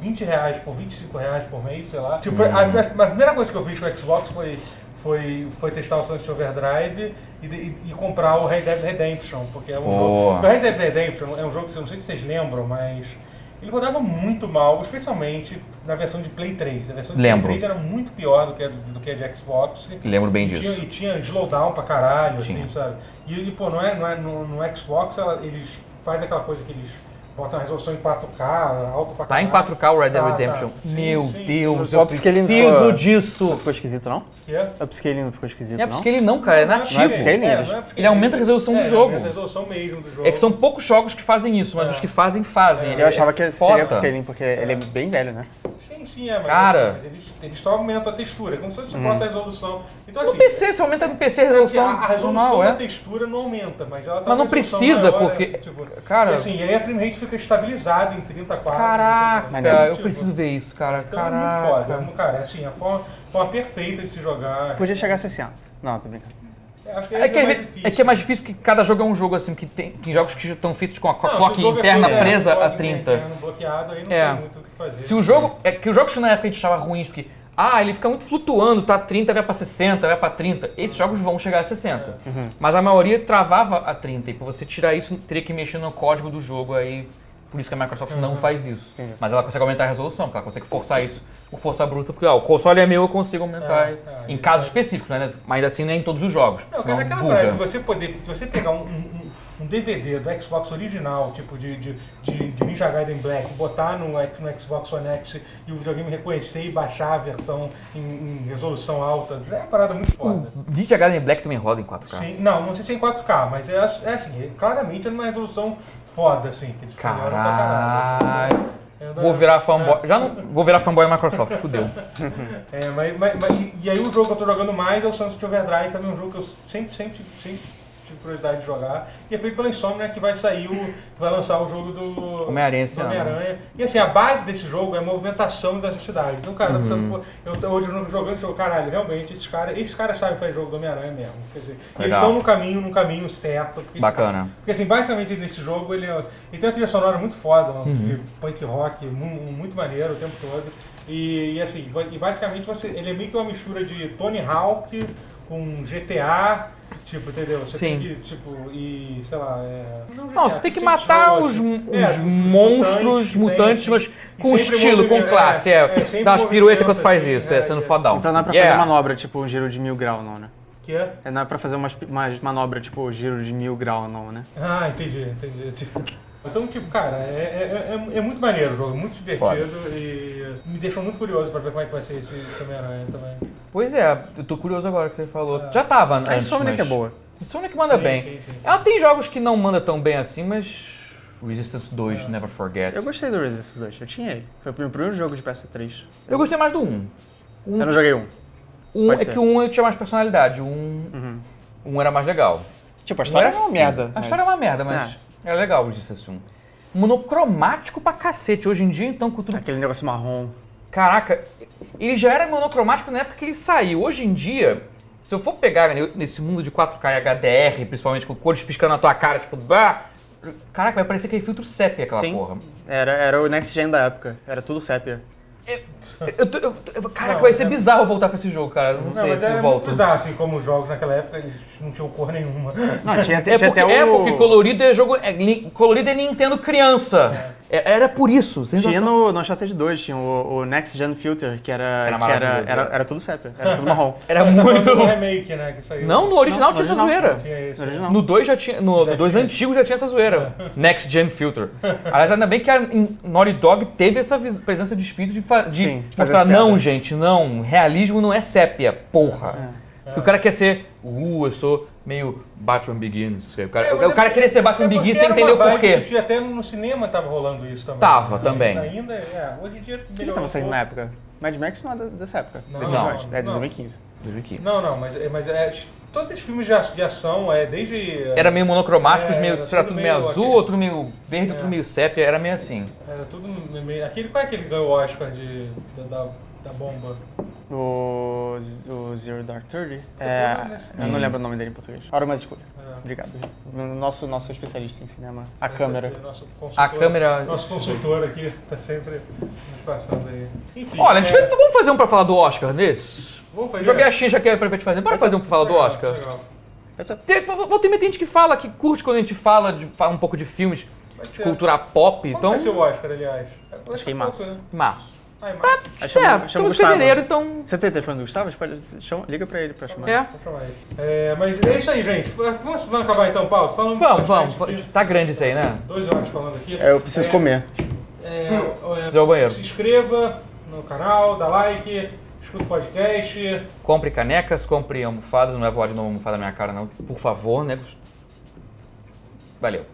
[SPEAKER 1] 20 reais por 25 reais por mês, sei lá. Tipo, a,
[SPEAKER 2] é.
[SPEAKER 1] a- a primeira coisa que eu fiz com o Xbox foi, foi, foi testar o Sunset Overdrive e, de- e- e comprar o Red Dead Redemption, porque é um
[SPEAKER 2] Oh.
[SPEAKER 1] jogo. O Red Dead Redemption é um jogo que eu não sei se vocês lembram, mas. Ele rodava muito mal, especialmente na versão de Play 3. A versão de
[SPEAKER 2] Lembro.
[SPEAKER 1] Play 3 era muito pior do que a, do que a de Xbox.
[SPEAKER 2] Lembro bem
[SPEAKER 1] E tinha-
[SPEAKER 2] disso.
[SPEAKER 1] E tinha slowdown pra caralho,
[SPEAKER 2] Tinha.
[SPEAKER 1] assim, sabe? E, e, pô, não é, não é, no, no Xbox ela- eles fazem aquela coisa que eles botam a resolução em 4K, alto pra
[SPEAKER 2] Tá
[SPEAKER 1] caralho.
[SPEAKER 2] em 4K o Red Dead
[SPEAKER 1] Tá,
[SPEAKER 2] Redemption.
[SPEAKER 1] tá. Sim,
[SPEAKER 2] Meu
[SPEAKER 1] sim.
[SPEAKER 2] Deus,
[SPEAKER 3] O
[SPEAKER 2] eu
[SPEAKER 3] upscaling
[SPEAKER 2] preciso
[SPEAKER 3] ficou- não
[SPEAKER 2] disso.
[SPEAKER 3] ficou esquisito, não?
[SPEAKER 1] Que é?
[SPEAKER 3] Upscaling não ficou esquisito,
[SPEAKER 2] É
[SPEAKER 3] não?
[SPEAKER 2] porque ele não, cara, é nativo.
[SPEAKER 3] Não é upscaling, eles-
[SPEAKER 1] não é upscaling.
[SPEAKER 2] ele aumenta a resolução do
[SPEAKER 1] É,
[SPEAKER 2] jogo.
[SPEAKER 1] Aumenta a resolução mesmo do jogo.
[SPEAKER 2] É que são poucos jogos que fazem isso, mas
[SPEAKER 1] É.
[SPEAKER 2] os que fazem, fazem. Ele
[SPEAKER 3] Eu achava que
[SPEAKER 2] é
[SPEAKER 3] seria
[SPEAKER 2] foda.
[SPEAKER 3] upscaling, porque ele é bem velho, né?
[SPEAKER 1] Sim, sim, é, mas,
[SPEAKER 2] Cara.
[SPEAKER 1] mas eles, eles só aumentam a textura, é como se
[SPEAKER 3] Hum.
[SPEAKER 1] fosse bota a resolução. Então,
[SPEAKER 2] No
[SPEAKER 1] assim,
[SPEAKER 2] PC, você aumenta no PC a
[SPEAKER 1] É que a,
[SPEAKER 2] resolução,
[SPEAKER 1] a resolução
[SPEAKER 2] normal,
[SPEAKER 1] da
[SPEAKER 2] é.
[SPEAKER 1] textura não aumenta, mas ela tá
[SPEAKER 2] Mas não
[SPEAKER 1] com a resolução
[SPEAKER 2] precisa,
[SPEAKER 1] maior,
[SPEAKER 2] porque-
[SPEAKER 1] é, tipo,
[SPEAKER 2] cara-
[SPEAKER 1] E assim, aí a frame rate fica estabilizada em 30 quadros.
[SPEAKER 2] Caraca,
[SPEAKER 3] Maneiro.
[SPEAKER 2] eu
[SPEAKER 1] Tipo,
[SPEAKER 2] preciso ver isso, cara.
[SPEAKER 1] Então é muito
[SPEAKER 2] Caraca.
[SPEAKER 1] foda. Não, Cara, assim, é uma forma, forma perfeita de se jogar.
[SPEAKER 3] Podia chegar a 60. Não, tô brincando.
[SPEAKER 1] Acho que
[SPEAKER 2] É que, é,
[SPEAKER 1] mais
[SPEAKER 2] ve-
[SPEAKER 1] difícil.
[SPEAKER 2] é que é mais difícil porque cada jogo é um jogo assim, que tem, tem jogos que estão feitos com a co-
[SPEAKER 1] Não, se o
[SPEAKER 2] clock
[SPEAKER 1] jogo é
[SPEAKER 2] interna
[SPEAKER 1] bloqueado,
[SPEAKER 2] presa
[SPEAKER 1] o
[SPEAKER 2] a
[SPEAKER 1] clock
[SPEAKER 2] 30.
[SPEAKER 1] interno bloqueado, aí não
[SPEAKER 2] É.
[SPEAKER 1] tem muito o que fazer.
[SPEAKER 2] Se o jogo. É que os jogos que na época a gente achava ruins, porque. Ah, ele fica muito flutuando, tá 30, vai pra 60, vai pra 30. Esses jogos vão chegar a 60.
[SPEAKER 1] É.
[SPEAKER 2] Mas a maioria travava a 30. E pra você tirar isso, teria que mexer no código do jogo aí. Por isso que a Microsoft
[SPEAKER 1] Uhum.
[SPEAKER 2] não faz isso. Mas ela consegue aumentar a resolução, porque ela consegue forçar isso por força bruta, porque ó, o console é meu, eu consigo aumentar
[SPEAKER 1] É, é,
[SPEAKER 2] em
[SPEAKER 1] é.
[SPEAKER 2] casos específicos, né? mas ainda assim não é em todos os jogos.
[SPEAKER 1] Não,
[SPEAKER 2] senão
[SPEAKER 1] cara, aquela
[SPEAKER 2] buga.
[SPEAKER 1] parada de você poder. Se você pegar um, um- um DVD do Xbox original, tipo de, de, de, de Ninja Gaiden Black, botar no, X- no Xbox One X e o videogame reconhecer e baixar a versão em, em resolução alta, já é uma parada muito foda.
[SPEAKER 2] O Ninja Gaiden Black também roda em 4K.
[SPEAKER 1] Sim, não, não sei se é em 4K, mas é, ass- é assim, é- claramente é uma resolução foda, assim, que eles melhoraram pra caralho, assim.
[SPEAKER 2] Caralho.
[SPEAKER 1] Eu ainda-
[SPEAKER 2] Vou virar fanboy. Já não. Vou virar fanboy Microsoft, fudeu.
[SPEAKER 1] É, mas, mas- mas- e- e aí o jogo que eu tô jogando mais é o Sunset Overdrive, também um jogo que eu sempre, sempre, sempre tive curiosidade de jogar. E é feito pela Insomnia, que vai sair o. que vai lançar o jogo do.
[SPEAKER 2] Homem-Aranha esse
[SPEAKER 1] do
[SPEAKER 2] ano. né?
[SPEAKER 1] Homem-Aranha. E assim, a base desse jogo é a movimentação das cidades. Então, cara, você
[SPEAKER 2] Uhum.
[SPEAKER 1] não pode- eu tô hoje jogando esse jogo, caralho, realmente, esses caras, esses caras sabem fazer jogo do Homem-Aranha mesmo. Quer dizer, eles
[SPEAKER 2] Legal.
[SPEAKER 1] estão no caminho, no caminho certo. porque-
[SPEAKER 2] Bacana.
[SPEAKER 1] porque assim, basicamente nesse jogo ele, é- ele tem uma trilha sonora muito foda, um
[SPEAKER 2] Uhum.
[SPEAKER 1] de punk rock, mu- muito maneiro o tempo todo. E, e, assim, ba- e basicamente você, ele é meio que uma mistura de Tony Hawk com GTA, tipo, entendeu? Você tem
[SPEAKER 2] Sim.
[SPEAKER 1] que, tipo, e sei lá, é...
[SPEAKER 2] Não, você tem que matar os, É, os monstros
[SPEAKER 1] assim,
[SPEAKER 2] mutantes, mas com estilo, com classe. É, dá umas piruetas quando faz isso, é sendo
[SPEAKER 1] foda.
[SPEAKER 2] fodão.
[SPEAKER 3] Então não é pra
[SPEAKER 2] Yeah.
[SPEAKER 3] fazer manobra, tipo, um giro de mil grau, não, né?
[SPEAKER 1] Que é?
[SPEAKER 3] É, Não é pra fazer umas, umas manobra, tipo, giro de mil grau, não, né?
[SPEAKER 1] Ah, entendi, entendi. Tipo, Então, tipo, cara, é, é- é- é muito maneiro o jogo, muito divertido e me deixou muito curioso pra ver como é que vai ser esse esse Homem-Aranha também.
[SPEAKER 2] Pois é, eu tô curioso agora que você falou. Já tava, né?
[SPEAKER 3] A Insomnia que é boa.
[SPEAKER 2] Insomnia que manda
[SPEAKER 1] Sim,
[SPEAKER 2] bem.
[SPEAKER 1] sim, sim.
[SPEAKER 2] Ela tem jogos que não manda tão bem assim, mas. Resistance 2, Never Forget.
[SPEAKER 3] Eu
[SPEAKER 2] Eu,
[SPEAKER 3] gostei do Resistance 2, eu tinha ele. Foi o meu primeiro jogo de PS3.
[SPEAKER 2] gostei mais do 1. Um,
[SPEAKER 3] Eu não joguei um.
[SPEAKER 2] um
[SPEAKER 3] pode
[SPEAKER 2] é
[SPEAKER 3] ser. Uhum.
[SPEAKER 2] que o 1 eu tinha mais personalidade, o 1 um era mais legal.
[SPEAKER 3] Tipo, a
[SPEAKER 2] Não
[SPEAKER 3] história
[SPEAKER 2] era
[SPEAKER 3] é uma
[SPEAKER 2] fim.
[SPEAKER 3] merda.
[SPEAKER 2] A
[SPEAKER 3] mas-
[SPEAKER 2] história é uma merda, mas era legal o Justice 1. Monocromático pra cacete. Hoje em dia, então, com tudo.
[SPEAKER 3] Aquele negócio marrom.
[SPEAKER 2] Caraca, ele já era monocromático na época que ele saiu. Hoje em dia, se eu for pegar ne- nesse mundo de 4K e HDR, principalmente com cores piscando na tua cara, tipo, bah, caraca, vai parecer que é filtro sépia aquela
[SPEAKER 3] Sim.
[SPEAKER 2] porra.
[SPEAKER 3] Era, era o next gen da época. Era tudo sépia.
[SPEAKER 2] Eu tô- eu tô- eu- caraca,
[SPEAKER 1] Não,
[SPEAKER 2] vai ser
[SPEAKER 1] é-
[SPEAKER 2] bizarro voltar pra esse jogo, cara. Eu Não,
[SPEAKER 1] Não,
[SPEAKER 2] sei
[SPEAKER 1] mas
[SPEAKER 2] se eu
[SPEAKER 1] era
[SPEAKER 2] volto.
[SPEAKER 1] muito bizarro, assim, como os jogos naquela época, eles não tinham cor nenhuma.
[SPEAKER 3] Não, tinha,
[SPEAKER 2] É
[SPEAKER 3] tinha
[SPEAKER 2] porque,
[SPEAKER 3] até o...
[SPEAKER 2] é porque colorido é jogo. é Ni- colorido é Nintendo criança. É- era por isso.
[SPEAKER 3] Tinha
[SPEAKER 2] sensação.
[SPEAKER 3] no, no Uncharted 2, tinha o, o Next Gen Filter, que era,
[SPEAKER 2] Era
[SPEAKER 3] que era,
[SPEAKER 2] maravilhoso,
[SPEAKER 3] era,
[SPEAKER 2] é.
[SPEAKER 3] era tudo sépia, era tudo marrom.
[SPEAKER 2] Era
[SPEAKER 1] Mas tá falando
[SPEAKER 2] muito.
[SPEAKER 1] do remake, né, que saiu.
[SPEAKER 2] Não, no original
[SPEAKER 3] Não,
[SPEAKER 2] tinha
[SPEAKER 3] original.
[SPEAKER 2] essa zoeira.
[SPEAKER 1] Tinha esse. É,
[SPEAKER 3] No original.
[SPEAKER 2] No 2 já tinha. No
[SPEAKER 1] Já
[SPEAKER 2] 2
[SPEAKER 1] tinha.
[SPEAKER 2] antigo já tinha essa zoeira. Next Gen Filter. Aliás, ainda bem que a In- Naughty Dog teve essa vis- presença de espírito de, fa- de
[SPEAKER 3] Sim, de fazer
[SPEAKER 2] mostrar,
[SPEAKER 3] essa piada.
[SPEAKER 2] não, gente, não, realismo não é sépia, porra. Porque o cara quer ser, uh, eu sou meio Batman Begins. O cara,
[SPEAKER 1] É,
[SPEAKER 2] o
[SPEAKER 1] mas é
[SPEAKER 2] cara
[SPEAKER 1] porque-
[SPEAKER 2] queria ser
[SPEAKER 1] é
[SPEAKER 2] Batman
[SPEAKER 1] porque
[SPEAKER 2] Begins sem
[SPEAKER 1] era uma
[SPEAKER 2] entender o
[SPEAKER 1] vibe
[SPEAKER 2] porquê.
[SPEAKER 1] que tinha Até no cinema tava rolando isso também.
[SPEAKER 2] Tava
[SPEAKER 1] Né?
[SPEAKER 2] também.
[SPEAKER 1] Ainda, é, hoje em dia.
[SPEAKER 3] O que
[SPEAKER 1] melhorou
[SPEAKER 3] tava
[SPEAKER 1] um
[SPEAKER 3] saindo
[SPEAKER 1] pouco.
[SPEAKER 3] na época? Mad Max não é da- dessa época.
[SPEAKER 1] Não,
[SPEAKER 3] Da James
[SPEAKER 2] não,
[SPEAKER 3] Bond. É de
[SPEAKER 1] não.
[SPEAKER 3] 2015.
[SPEAKER 1] Não, não, mas, é- mas é, todos esses filmes de, a- de ação, é, desde. é,
[SPEAKER 2] Era meio monocromáticos,
[SPEAKER 1] É,
[SPEAKER 2] meio,
[SPEAKER 1] era
[SPEAKER 2] era
[SPEAKER 1] tudo
[SPEAKER 2] tudo meio
[SPEAKER 1] meio
[SPEAKER 2] azul,
[SPEAKER 1] aquele-
[SPEAKER 2] outro meio verde,
[SPEAKER 1] É.
[SPEAKER 2] outro meio sépia, era meio assim.
[SPEAKER 1] Era tudo meio. Aquele, qual é aquele que ganhou o Oscar de, da, da, da bomba?
[SPEAKER 3] O, Z- o Zero Dark Thirty. É,
[SPEAKER 1] falando desse
[SPEAKER 3] eu não lembro o nome dele em português. Hora mais escura.
[SPEAKER 1] É.
[SPEAKER 3] Obrigado. No- Nosso, nosso especialista em cinema. A câmera.
[SPEAKER 1] Nosso
[SPEAKER 2] A
[SPEAKER 1] consultor-
[SPEAKER 2] câmera.
[SPEAKER 1] Nosso consultor aqui tá sempre nos passando aí. Enfim.
[SPEAKER 2] Olha, a gente
[SPEAKER 1] é,
[SPEAKER 2] fez- vamos fazer um pra falar do Oscar nesse?
[SPEAKER 1] Vamos fazer.
[SPEAKER 2] Joguei a xincha aqui pra te fazer. Bora fazer um pra falar do
[SPEAKER 1] Legal,
[SPEAKER 2] Oscar?
[SPEAKER 1] legal.
[SPEAKER 2] É,
[SPEAKER 3] Essa-
[SPEAKER 2] Tem, vou, vou ter muita gente que fala, que curte quando a gente fala, de, fala um pouco de filmes,
[SPEAKER 1] Pode
[SPEAKER 2] de
[SPEAKER 1] ser.
[SPEAKER 2] cultura pop,
[SPEAKER 1] Quando
[SPEAKER 2] então.
[SPEAKER 1] vai ser o Oscar, aliás? Acho
[SPEAKER 3] que em março.
[SPEAKER 2] Março.
[SPEAKER 1] Ah, em março.
[SPEAKER 3] Achamos,
[SPEAKER 2] é,
[SPEAKER 3] achamos
[SPEAKER 2] estamos em
[SPEAKER 3] Gustavo.
[SPEAKER 2] fevereiro, então.
[SPEAKER 3] Você tem telefone do Gustavo? Espera, chama- liga pra ele pra chamar.
[SPEAKER 2] É.
[SPEAKER 1] Vou chamar ele. É, mas é isso aí, gente. Vamos, vamos acabar então, Paulo? Falando
[SPEAKER 2] Vamos, vamos.
[SPEAKER 1] bastante
[SPEAKER 2] Tá grande isso aí, né?
[SPEAKER 1] aqui. Dois horas falando aqui.
[SPEAKER 3] É, eu preciso
[SPEAKER 1] É,
[SPEAKER 3] comer.
[SPEAKER 1] É, é,
[SPEAKER 2] Preciso ir ao banheiro.
[SPEAKER 1] Se inscreva no canal, dá like, escuta o podcast.
[SPEAKER 2] Compre canecas, compre almofadas. Não é voar de novo almofada na minha cara, não. Por favor, né? Valeu.